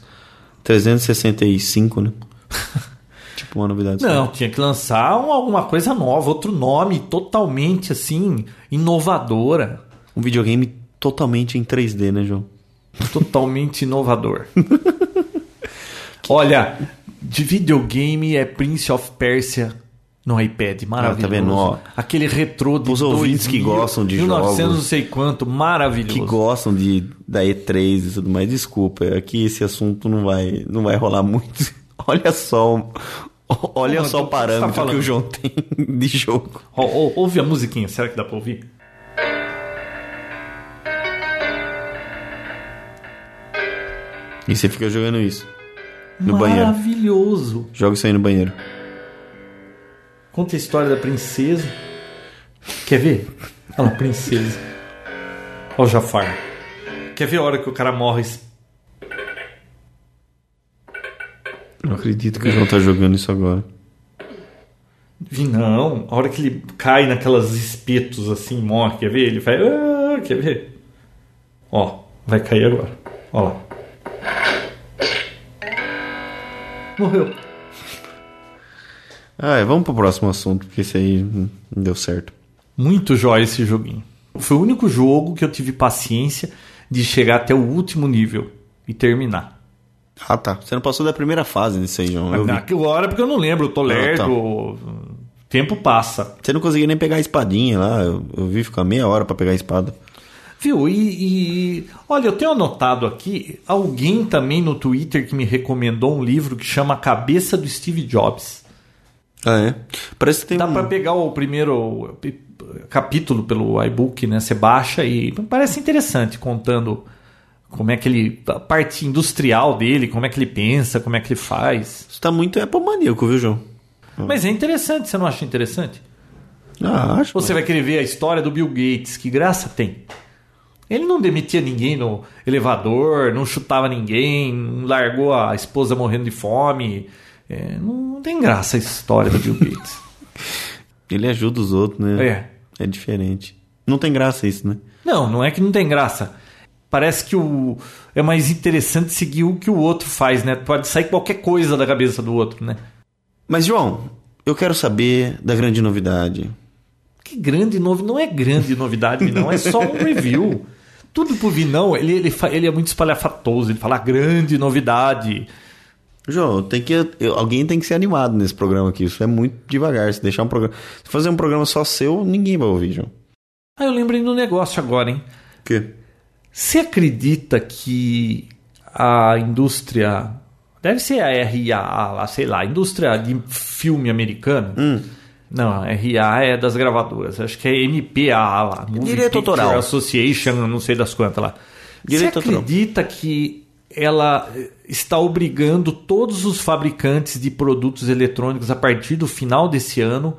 [SPEAKER 3] 365, né? tipo uma novidade. só.
[SPEAKER 1] Não, tinha que lançar um- alguma coisa nova, outro nome totalmente assim, inovadora.
[SPEAKER 3] Um videogame totalmente em 3D, né, João?
[SPEAKER 1] Totalmente inovador. Olha, de videogame é Prince of Persia no iPad, maravilhoso.
[SPEAKER 3] Ah, tá vendo, ó.
[SPEAKER 1] Aquele retrô de
[SPEAKER 3] Os ouvintes que
[SPEAKER 1] 2000,
[SPEAKER 3] gostam de
[SPEAKER 1] 1900 não
[SPEAKER 3] jogos.
[SPEAKER 1] sei quanto, maravilhoso.
[SPEAKER 3] Que gostam de da E3 e tudo mais, desculpa, é que esse assunto não vai não vai rolar muito. Olha só, o- olha
[SPEAKER 1] Mano,
[SPEAKER 3] só
[SPEAKER 1] do
[SPEAKER 3] o
[SPEAKER 1] que você tá
[SPEAKER 3] parâmetro que
[SPEAKER 1] falando?
[SPEAKER 3] o João tem de jogo.
[SPEAKER 1] Ó, ó, ouve a musiquinha, será que dá pra ouvir?
[SPEAKER 3] E você fica jogando isso no banheiro.
[SPEAKER 1] maravilhoso.
[SPEAKER 3] Joga isso aí no banheiro.
[SPEAKER 1] Conta a história da princesa. Quer ver? Olha lá, princesa. Olha o Jafar. Quer ver a hora que o cara morre?
[SPEAKER 3] Não acredito que o João tá jogando isso agora.
[SPEAKER 1] Vi, Não, a hora que ele cai naquelas espetos assim, morre. Quer ver? Ele vai. "Ah", quer ver? Ó, vai cair agora. Olha lá. Morreu.
[SPEAKER 3] Ah, é, vamos pro próximo assunto, porque isso aí hum, não deu certo.
[SPEAKER 1] Muito jóia esse joguinho. Foi o único jogo que eu tive paciência de chegar até o último nível e terminar.
[SPEAKER 3] Ah, tá. Você não passou da primeira fase nisso aí, João. Eu vi.
[SPEAKER 1] Naquela hora porque eu Ah, tá. não lembro, eu tô lerdo. Tempo passa.
[SPEAKER 3] Você não conseguia nem pegar a espadinha lá. Eu, eu vi ficar meia hora pra pegar a espada.
[SPEAKER 1] Viu? E, e- Olha, eu tenho anotado aqui alguém também no Twitter que me recomendou um livro que chama A Cabeça do Steve Jobs.
[SPEAKER 3] Ah, é? Parece que tem
[SPEAKER 1] Dá
[SPEAKER 3] um...
[SPEAKER 1] pra pegar o primeiro eh, capítulo pelo iBook, né? Você baixa e parece interessante contando como é que ele. a parte industrial dele, como é que ele pensa, como é que ele faz.
[SPEAKER 3] Isso tá muito Apple maníaco, viu, João?
[SPEAKER 1] Mas é interessante, você não acha interessante?
[SPEAKER 3] Ah, acho.
[SPEAKER 1] Você vai querer ver a história do Bill Gates, que graça tem. Ele não demitia ninguém no elevador, não chutava ninguém, não largou a esposa morrendo de fome. É, não tem graça a história do Bill Gates.
[SPEAKER 3] Ele ajuda os outros, né? É. É diferente. Não tem graça isso, né?
[SPEAKER 1] Não, não é que não tem graça. Parece que o é mais interessante seguir o que o outro faz, né? Pode sair qualquer coisa da cabeça do outro, né?
[SPEAKER 3] Mas, João, eu quero saber da grande novidade.
[SPEAKER 1] Que grande novidade. Não é grande novidade, não. É só um review. Tudo por vir, não. Ele, ele, fa- ele é muito espalhafatoso. Ele fala "Ah, grande novidade.
[SPEAKER 3] João, tem que, eu- alguém tem que ser animado nesse programa aqui. Isso é muito devagar. Se deixar um programa. Se fazer um programa só seu, ninguém vai ouvir, João.
[SPEAKER 1] Ah, eu lembrei do negócio agora, hein?
[SPEAKER 3] O quê?
[SPEAKER 1] Você acredita que a indústria. Deve ser a RIAA, lá, sei lá, a indústria de filme americano.
[SPEAKER 3] Hum.
[SPEAKER 1] Não, a RIAA é das gravadoras. Acho que é MPAA lá. Movie
[SPEAKER 3] Direito
[SPEAKER 1] Picture
[SPEAKER 3] autoral.
[SPEAKER 1] Association, não sei das quantas lá.
[SPEAKER 3] Direito
[SPEAKER 1] Você
[SPEAKER 3] autoral.
[SPEAKER 1] acredita que ela eh, está obrigando todos os fabricantes de produtos eletrônicos a partir do final desse ano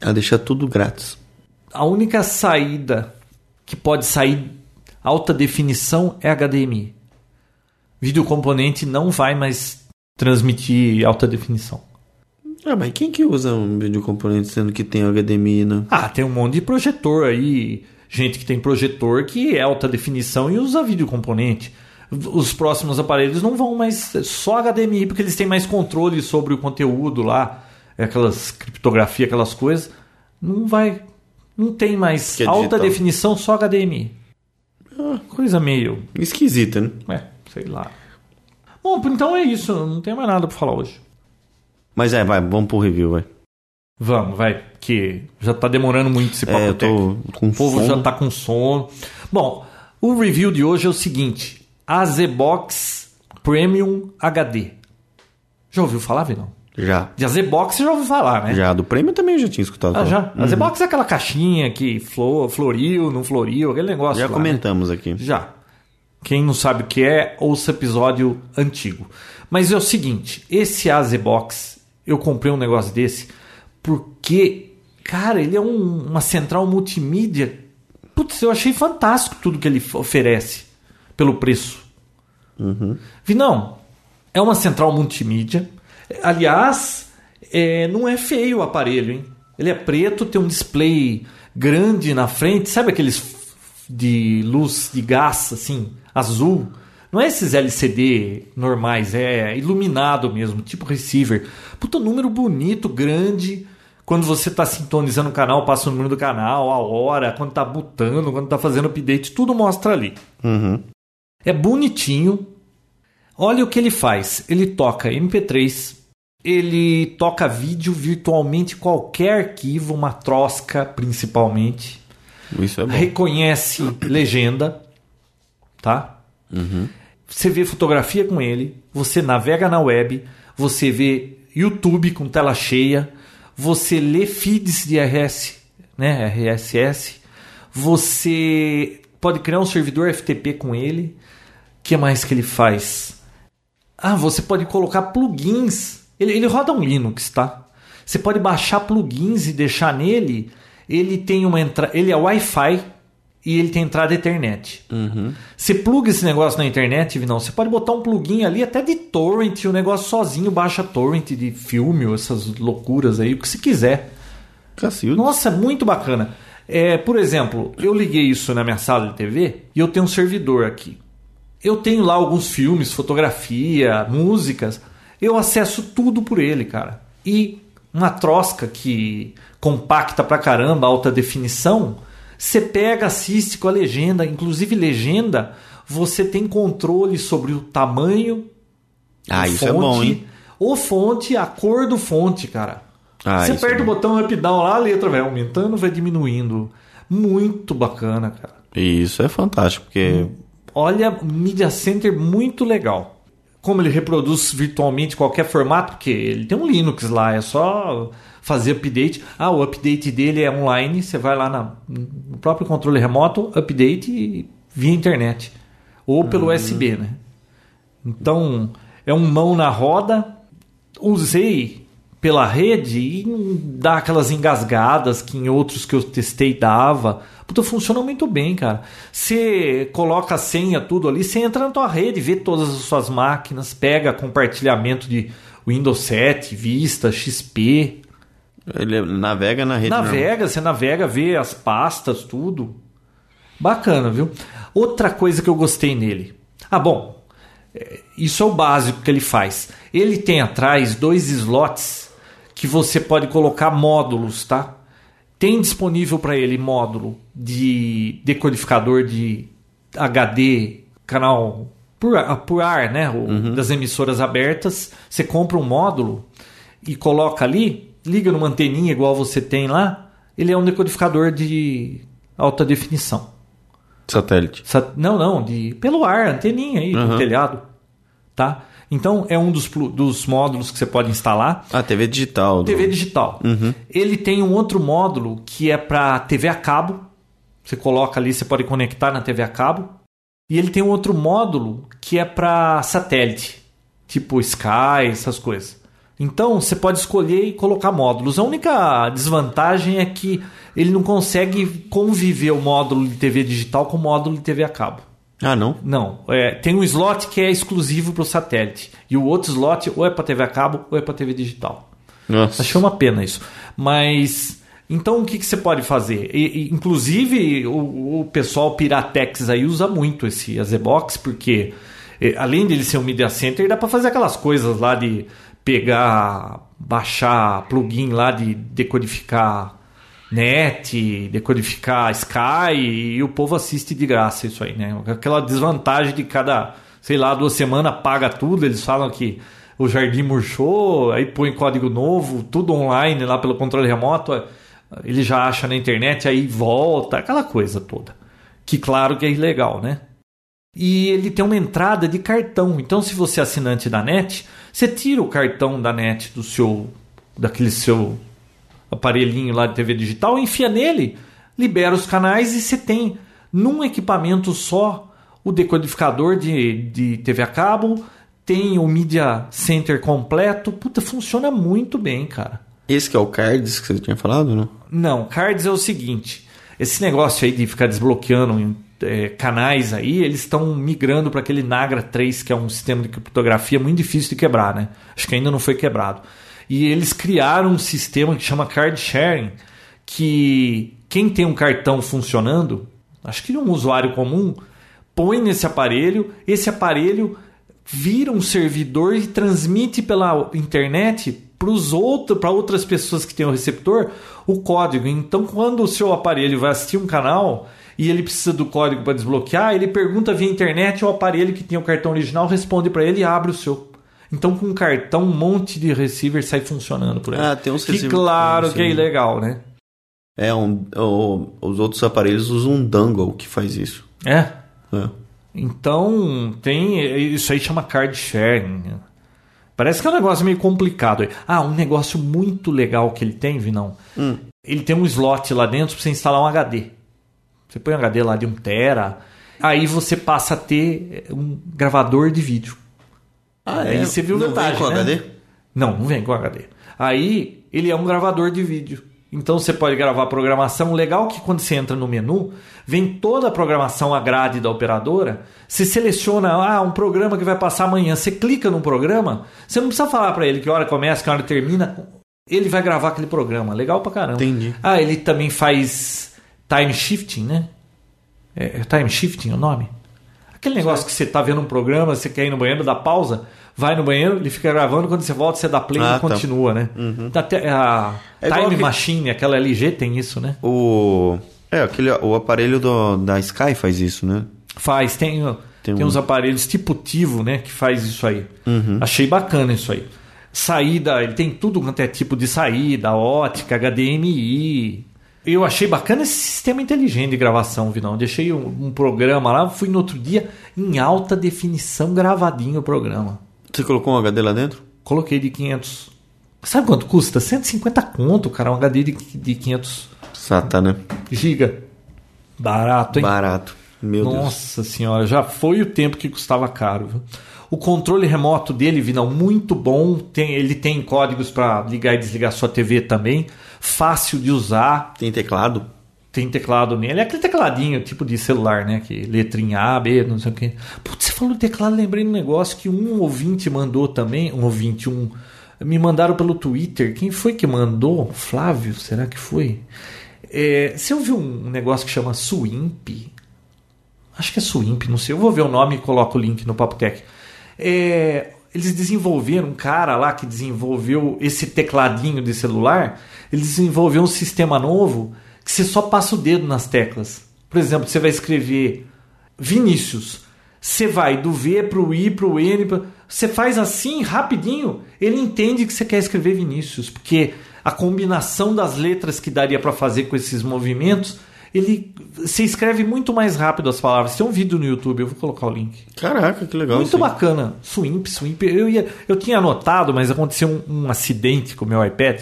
[SPEAKER 3] Ah, deixar tudo grátis.
[SPEAKER 1] a única saída que pode sair alta definição é HDMI. Vídeo componente não vai mais transmitir alta definição.
[SPEAKER 3] Ah, mas quem que usa um vídeo componente sendo que tem HDMI, né?
[SPEAKER 1] Ah, tem um monte de projetor aí, gente que tem projetor que é alta definição e usa vídeo componente. Os próximos aparelhos não vão mais é só HDMI porque eles têm mais controle sobre o conteúdo lá, aquelas criptografia, aquelas coisas, não vai não tem mais
[SPEAKER 3] Que é
[SPEAKER 1] alta
[SPEAKER 3] digital.
[SPEAKER 1] definição só HDMI. Ah, coisa meio,
[SPEAKER 3] Esquisita, né?
[SPEAKER 1] é, sei lá. Bom, então é isso, não tem mais nada pra falar hoje.
[SPEAKER 3] Mas é, vai, vamos pro review, vai.
[SPEAKER 1] Vamos, vai, que já tá demorando muito esse papo
[SPEAKER 3] É, eu
[SPEAKER 1] técnico.
[SPEAKER 3] tô com
[SPEAKER 1] O povo
[SPEAKER 3] fome.
[SPEAKER 1] já tá com sono. Bom, o review de hoje é o seguinte: AZBox Premium HD. Já ouviu falar, Vinão?
[SPEAKER 3] Já.
[SPEAKER 1] De a Z-Box você já ouviu falar, né?
[SPEAKER 3] Já, Uhum. do prêmio também eu já tinha escutado.
[SPEAKER 1] Ah,
[SPEAKER 3] falar.
[SPEAKER 1] já. A Z-Box é aquela caixinha que flo- floriu, não floriu, aquele negócio.
[SPEAKER 3] Já
[SPEAKER 1] lá, né?
[SPEAKER 3] comentamos aqui.
[SPEAKER 1] Já. Quem não sabe o que é, ouça episódio antigo. Mas é o seguinte, esse AZ Box, eu comprei um negócio desse porque, cara, ele é um- uma central multimídia. Putz, eu achei fantástico tudo que ele f- oferece pelo preço. Vinão, é uma central multimídia. Aliás, é, não é feio o aparelho, hein? Ele é preto, tem um display grande na frente, sabe aqueles f- de luz de gás, assim, azul? Não é esses LCD normais, é iluminado mesmo, tipo receiver. Puta, número bonito, grande. Quando você está sintonizando o canal, passa o número do canal, a hora, quando tá botando, quando tá fazendo update, tudo mostra ali.
[SPEAKER 3] Uhum.
[SPEAKER 1] É bonitinho. Olha o que ele faz. Ele toca MP3, ele toca vídeo virtualmente qualquer arquivo, uma trosca principalmente.
[SPEAKER 3] Isso é bom.
[SPEAKER 1] Reconhece legenda, tá? Você vê fotografia com ele, você navega na web, você vê YouTube com tela cheia, você lê feeds de RS, né, RSS, você pode criar um servidor FTP com ele. O que mais que ele faz? Ah, você pode colocar plugins. Ele, ele roda um Linux, tá? Você pode baixar plugins e deixar nele. Ele tem uma entrada. Ele é Wi-Fi e ele tem entrada Ethernet. Você pluga esse negócio na internet, não. Você pode botar um plugin ali até de torrent, o negócio sozinho baixa torrent de filme, ou essas loucuras aí, o que você quiser.
[SPEAKER 3] Cacilda.
[SPEAKER 1] Nossa, muito bacana. É, por exemplo, eu liguei isso na minha sala de TV e eu tenho um servidor aqui. Eu tenho lá alguns filmes, fotografia, músicas. Eu acesso tudo por ele, cara. E uma trosca que compacta pra caramba, alta definição, você pega, assiste com a legenda. Inclusive, legenda, você tem controle sobre o tamanho,
[SPEAKER 3] Ah,
[SPEAKER 1] a
[SPEAKER 3] isso é
[SPEAKER 1] fonte,
[SPEAKER 3] bom, hein?
[SPEAKER 1] O fonte, a cor do fonte, cara.
[SPEAKER 3] Ah,
[SPEAKER 1] Você
[SPEAKER 3] isso
[SPEAKER 1] aperta
[SPEAKER 3] é
[SPEAKER 1] o botão up down lá, a letra vai aumentando, vai diminuindo. Muito bacana, cara.
[SPEAKER 3] Isso é fantástico, porque
[SPEAKER 1] Olha, Media Center muito legal. Como ele reproduz virtualmente qualquer formato, porque ele tem um Linux lá, é só fazer update. Ah, o update dele é online, você vai lá na- no próprio controle remoto, update e via internet. Ou
[SPEAKER 3] Uhum.
[SPEAKER 1] pelo USB, né? Então, é um mão na roda. Usei pela rede e não dá aquelas engasgadas que em outros que eu testei dava. Puta, funciona muito bem, cara. Você coloca a senha, tudo ali, você entra na tua rede, vê todas as suas máquinas, pega compartilhamento de Windows 7, Vista, XP.
[SPEAKER 3] ele navega na rede. normal.
[SPEAKER 1] Navega, você navega, vê as pastas, tudo. Bacana, viu? Outra coisa que eu gostei nele. Ah, bom, é, isso é o básico que ele faz. Ele tem atrás dois slots que você pode colocar módulos, tá? Tem disponível para ele módulo de decodificador de HD, canal por, a- por ar, né? O- Das emissoras abertas. Você compra um módulo e coloca ali, liga numa anteninha igual você tem lá. Ele é um decodificador de alta definição.
[SPEAKER 3] Satélite.
[SPEAKER 1] Sat- Não, não, de pelo ar, anteninha aí,
[SPEAKER 3] Aham.
[SPEAKER 1] do telhado, tá? Então é um dos, plu- dos módulos que você pode instalar.
[SPEAKER 3] Ah, TV digital. do-
[SPEAKER 1] TV digital. Ele tem um outro módulo que é para TV a cabo. Você coloca ali, você pode conectar na TV a cabo. E ele tem um outro módulo que é para satélite, tipo Sky, essas coisas. Então você pode escolher e colocar módulos. A única desvantagem é que ele não consegue conviver o módulo de TV digital com o módulo de TV a cabo.
[SPEAKER 3] Ah, não?
[SPEAKER 1] Não, é, tem um slot que é exclusivo para o satélite e o outro slot ou é para TV a cabo ou é para TV digital.
[SPEAKER 3] Nossa.
[SPEAKER 1] Achei uma pena isso. Mas. Então o que, que você pode fazer? E- e, inclusive, o, o pessoal Piratex aí usa muito esse Azebox, porque eh, além dele ser um Media Center, dá para fazer aquelas coisas lá de pegar, baixar plugin lá de decodificar net, decodificar Sky, e o povo assiste de graça isso aí, né? Aquela desvantagem de cada, sei lá, duas semanas paga tudo, eles falam que o jardim murchou, aí põe código novo, tudo online lá pelo controle remoto, ele já acha na internet, aí volta, aquela coisa toda. Que claro que é ilegal, né? E ele tem uma entrada de cartão. Então, se você é assinante da NET, você tira o cartão da NET do seu daquele seu aparelhinho lá de TV digital, enfia nele, libera os canais e você tem num equipamento só o decodificador de, de TV a cabo, tem o Media Center completo. Puta, funciona muito bem, cara.
[SPEAKER 3] Esse que é o Cards que você tinha falado, né?
[SPEAKER 1] Não, cards é o seguinte: esse negócio aí de ficar desbloqueando é, canais aí, eles estão migrando para aquele Nagra 3, que é um sistema de criptografia muito difícil de quebrar, né? Acho que ainda não foi quebrado. E eles criaram um sistema que chama card sharing, que quem tem um cartão funcionando, acho que um usuário comum, põe nesse aparelho, esse aparelho vira um servidor e transmite pela internet para outro, outras pessoas que têm o receptor o código. Então, quando o seu aparelho vai assistir um canal e ele precisa do código para desbloquear, ele pergunta via internet o aparelho que tem o cartão original responde para ele e abre o seu. Então, com um cartão, um monte de receiver sai funcionando por aí.
[SPEAKER 3] Ah, tem uns
[SPEAKER 1] Que
[SPEAKER 3] receiver-
[SPEAKER 1] claro
[SPEAKER 3] tem uns
[SPEAKER 1] que é
[SPEAKER 3] aí.
[SPEAKER 1] ilegal, né?
[SPEAKER 3] É, um, o- os outros aparelhos usam um dongle que faz isso.
[SPEAKER 1] É.
[SPEAKER 3] né?
[SPEAKER 1] Então, tem. Isso aí chama card sharing. né? Parece que é um negócio meio complicado. Ah, um negócio muito legal que ele tem, Vinão.
[SPEAKER 3] Hum.
[SPEAKER 1] Ele tem um slot lá dentro pra você instalar um HD. Você põe um HD lá de 1 tera, aí você passa a ter um gravador de vídeo. aí você viu
[SPEAKER 3] Ah, é? Não
[SPEAKER 1] é. vantagem,
[SPEAKER 3] vem com
[SPEAKER 1] né?
[SPEAKER 3] HD?
[SPEAKER 1] Não, não vem com HD. Aí ele é um gravador de vídeo. Então você pode gravar programação. O Legal é que quando você entra no menu, vem toda a programação a grade da operadora. Você seleciona ah, um programa que vai passar amanhã. Você clica num programa, você não precisa falar para ele que hora começa, que hora termina. Ele vai gravar aquele programa. Legal pra caramba.
[SPEAKER 3] Entendi.
[SPEAKER 1] Ah, ele também faz time shifting, né? É, é time shifting o nome? Aquele negócio que você tá vendo um programa, você quer ir no banheiro, dá pausa, vai no banheiro, ele fica gravando, quando você volta, você dá play
[SPEAKER 3] Ah,
[SPEAKER 1] e
[SPEAKER 3] tá.
[SPEAKER 1] continua, né? Tá até- a
[SPEAKER 3] É igual
[SPEAKER 1] Time
[SPEAKER 3] aquele-
[SPEAKER 1] Machine, aquela LG tem isso, né?
[SPEAKER 3] O. É, aquele, o aparelho do- da Sky faz isso, né?
[SPEAKER 1] Faz, tem, tem,
[SPEAKER 3] Tem um- Uhum.
[SPEAKER 1] uns aparelhos tipo Tivo, né? Que faz isso aí. Achei bacana isso aí. Saída, ele tem tudo quanto é tipo de saída, ótica, HDMI. Eu achei bacana esse sistema inteligente de gravação, Vinão. Deixei um, um programa lá, fui no outro dia, em alta definição, gravadinho o programa.
[SPEAKER 3] Você colocou um HD lá dentro?
[SPEAKER 1] Coloquei de 500. Sabe quanto custa? 150 conto, cara, um HD de, de 500
[SPEAKER 3] Sata, né?
[SPEAKER 1] giga. Barato, hein?
[SPEAKER 3] Barato. Meu Deus.
[SPEAKER 1] Nossa senhora, já foi o tempo que custava caro. viu? O controle remoto dele, Vinão, muito bom. Tem, ele tem códigos para ligar e desligar sua TV também. Fácil de usar.
[SPEAKER 3] Tem teclado?
[SPEAKER 1] Tem teclado nele. É aquele tecladinho tipo de celular, né? Que letrinha A, B, não sei o quê. Putz, você falou de teclado, lembrei de um negócio que um ouvinte mandou também. Um ouvinte, um. Me mandaram pelo Twitter. Quem foi que mandou? Flávio, será que foi? É, você ouviu um negócio que chama Swimp? Acho que é Swimp, não sei. Eu vou ver o nome e coloco o link no Papotec. É, eles desenvolveram, um cara lá que desenvolveu esse tecladinho de celular, ele desenvolveu um sistema novo que você só passa o dedo nas teclas. Por exemplo, você vai escrever Vinícius. Você vai do V pro I pro N. pro- Você faz assim, rapidinho, ele entende que você quer escrever Vinícius, porque a combinação das letras que daria para fazer com esses movimentos, ele se escreve muito mais rápido as palavras. Tem um vídeo no YouTube, eu vou colocar o link.
[SPEAKER 3] Caraca, que legal.
[SPEAKER 1] Muito
[SPEAKER 3] isso aí.
[SPEAKER 1] bacana. Swimp, swimp. Eu, ia, eu tinha anotado, mas aconteceu um, um acidente com o meu iPad.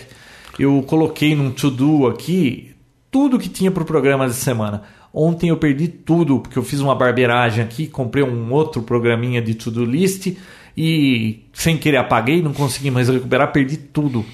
[SPEAKER 1] Eu coloquei num to-do aqui tudo que tinha pro programa da semana. Ontem eu perdi tudo, porque eu fiz uma barbeiragem aqui, comprei um outro programinha de to-do list e sem querer apaguei, não consegui mais recuperar, perdi tudo.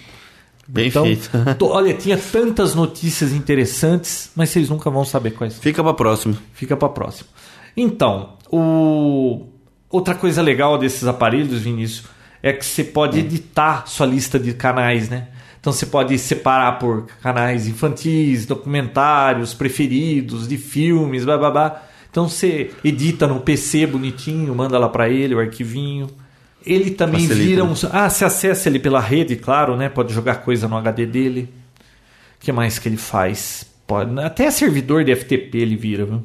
[SPEAKER 3] Bem
[SPEAKER 1] Então,
[SPEAKER 3] feito.
[SPEAKER 1] tô- olha, tinha tantas notícias interessantes, mas vocês nunca vão saber quais são.
[SPEAKER 3] Fica pra próxima.
[SPEAKER 1] Fica para próximo. Então, o... outra coisa legal desses aparelhos, Vinícius, é que você
[SPEAKER 3] Hum.
[SPEAKER 1] pode editar sua lista de canais, né? Então você pode separar por canais infantis, documentários, preferidos, de filmes, blá blá blá. Então você edita no PC bonitinho, manda lá para ele o arquivinho. Ele também
[SPEAKER 3] Facilita,
[SPEAKER 1] vira
[SPEAKER 3] né?
[SPEAKER 1] um. Ah, você acessa ele pela rede, claro, né? Pode jogar coisa no HD dele. O que mais que ele faz? Pode... Até servidor de FTP ele vira, viu?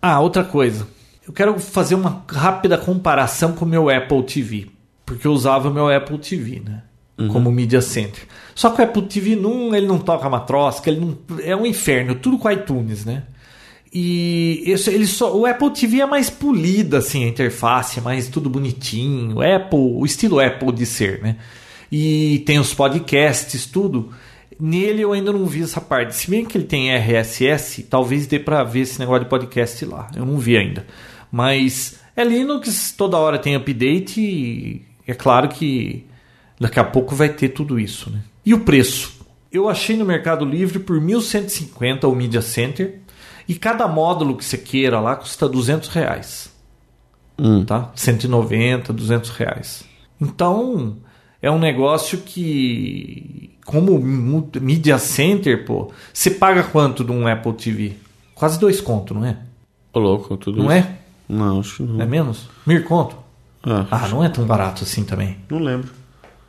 [SPEAKER 1] Ah, outra coisa. Eu quero fazer uma rápida comparação com o meu Apple TV. Porque eu usava o meu Apple TV, né? Como Media Center. Só que o Apple TV, não, ele não toca matrosca, ele não, é um inferno. Tudo com iTunes, né? E esse- ele só, o Apple TV é mais polida, assim, a interface, é mais tudo bonitinho. Apple, o estilo Apple de ser, né? E tem os podcasts, tudo. Nele eu ainda não vi essa parte. Se bem que ele tem RSS, talvez dê pra ver esse negócio de podcast lá. Eu não vi ainda. Mas é Linux, toda hora tem update e é claro que daqui a pouco vai ter tudo isso, né? E o preço? Eu achei no Mercado Livre por 1.150 o Media Center e cada módulo que você queira lá custa 200 reais,
[SPEAKER 3] Hum.
[SPEAKER 1] tá? 190, 200 reais. Então, é um negócio que, como mu- Media Center, pô, você paga quanto de um Apple TV? Quase dois conto, não é?
[SPEAKER 4] Ô, louco, tudo
[SPEAKER 1] Não
[SPEAKER 4] isso.
[SPEAKER 1] é?
[SPEAKER 3] Não, acho que não.
[SPEAKER 1] É menos? Mir conto?
[SPEAKER 3] Ah,
[SPEAKER 1] Ah, não é tão barato assim também.
[SPEAKER 3] não lembro.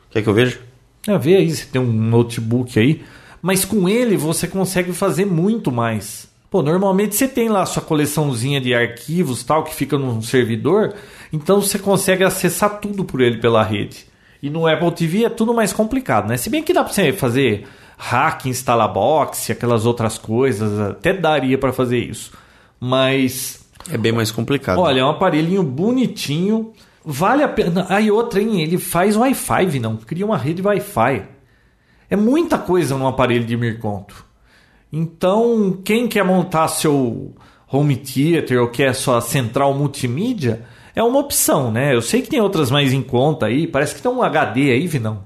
[SPEAKER 3] Quer que eu veja?
[SPEAKER 1] É, vê aí, você tem um notebook aí. Mas com ele você consegue fazer muito mais. Pô, normalmente você tem lá a sua coleçãozinha de arquivos tal, que fica num servidor. Então você consegue acessar tudo por ele pela rede. E no Apple TV é tudo mais complicado, né? Se bem que dá pra você fazer hack, instalar box, e aquelas outras coisas. Até daria pra fazer isso. Mas
[SPEAKER 3] É bem mais complicado.
[SPEAKER 1] Olha, é um aparelhinho bonitinho. Vale a pena. Aí outra, hein? Ele faz Wi-Fi, não. Cria uma rede Wi-Fi. É muita coisa num aparelho de Mirconto. Então, quem quer montar seu home theater ou quer sua central multimídia, é uma opção, né? Eu sei que tem outras mais em conta aí. Parece que tem um HD aí, Vinão.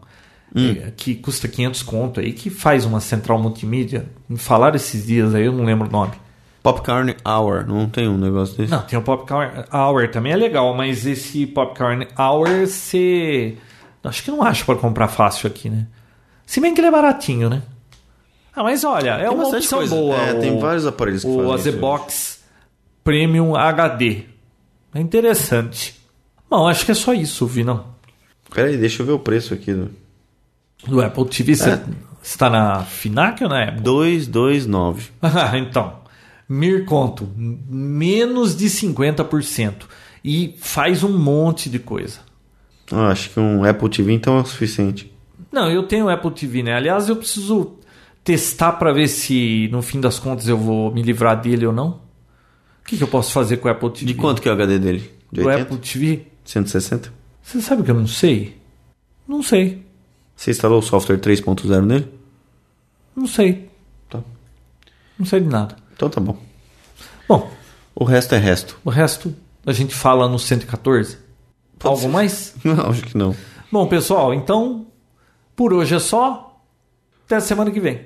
[SPEAKER 1] É, Que custa 500 conto aí, que faz uma central multimídia. Me falaram esses dias aí, eu não lembro o nome.
[SPEAKER 3] Popcorn Hour, não tem um negócio desse?
[SPEAKER 1] Não, tem o Popcorn Hour também é legal, mas esse Popcorn Hour você. Acho que não acho pra comprar fácil aqui, né? Se bem que ele é baratinho, né? Ah, mas olha, é uma
[SPEAKER 3] bastante
[SPEAKER 1] opção
[SPEAKER 3] coisa.
[SPEAKER 1] boa.
[SPEAKER 3] É,
[SPEAKER 1] o-
[SPEAKER 3] tem vários aparelhos que
[SPEAKER 1] O
[SPEAKER 3] fazem isso
[SPEAKER 1] Azebox Premium HD. É interessante. Bom, acho que é só isso, Vinão.
[SPEAKER 3] Pera aí, deixa eu ver o preço aqui. do-
[SPEAKER 1] Do Apple TV, você
[SPEAKER 3] É.
[SPEAKER 1] está na FINAC ou na Apple?
[SPEAKER 3] 229.
[SPEAKER 1] Ah, então. Mir conto, menos de 50%. E faz um monte de coisa.
[SPEAKER 3] Ah, acho que um Apple TV então é o suficiente.
[SPEAKER 1] Não, eu tenho Apple TV, né? Aliás, eu preciso testar pra ver se no fim das contas eu vou me livrar dele ou não. O que, que eu posso fazer com o Apple TV?
[SPEAKER 3] De quanto que é o HD dele? De
[SPEAKER 1] O
[SPEAKER 3] 80?
[SPEAKER 1] Apple TV?
[SPEAKER 3] 160?
[SPEAKER 1] Você sabe que eu não sei? Não sei.
[SPEAKER 3] Você instalou o software 3.0 nele?
[SPEAKER 1] Não sei.
[SPEAKER 3] Tá.
[SPEAKER 1] Não sei de nada.
[SPEAKER 3] Então tá bom.
[SPEAKER 1] Bom,
[SPEAKER 3] O resto é resto.
[SPEAKER 1] o resto a gente fala no 114.
[SPEAKER 3] Pode
[SPEAKER 1] Algo
[SPEAKER 3] ser.
[SPEAKER 1] mais?
[SPEAKER 3] Não, acho que não.
[SPEAKER 1] Bom, pessoal, então por hoje é só. Até a semana que vem.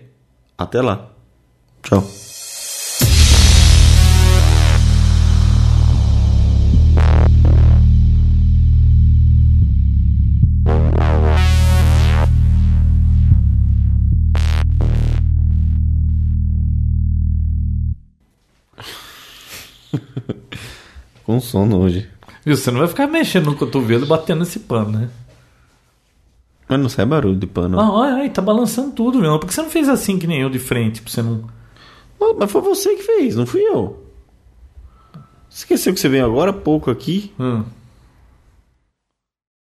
[SPEAKER 3] Até lá. Tchau. Com sono hoje.
[SPEAKER 1] Viu? Você não vai ficar mexendo no cotovelo batendo esse pano, né?
[SPEAKER 3] Mas não sai barulho de pano.
[SPEAKER 1] Ah, olha aí, tá balançando tudo, meu. Por que você não fez assim que nem eu de frente? Pra você não.
[SPEAKER 3] Mas- Mas foi você que fez, não fui eu. Esqueceu que você veio agora há pouco aqui
[SPEAKER 1] Hum.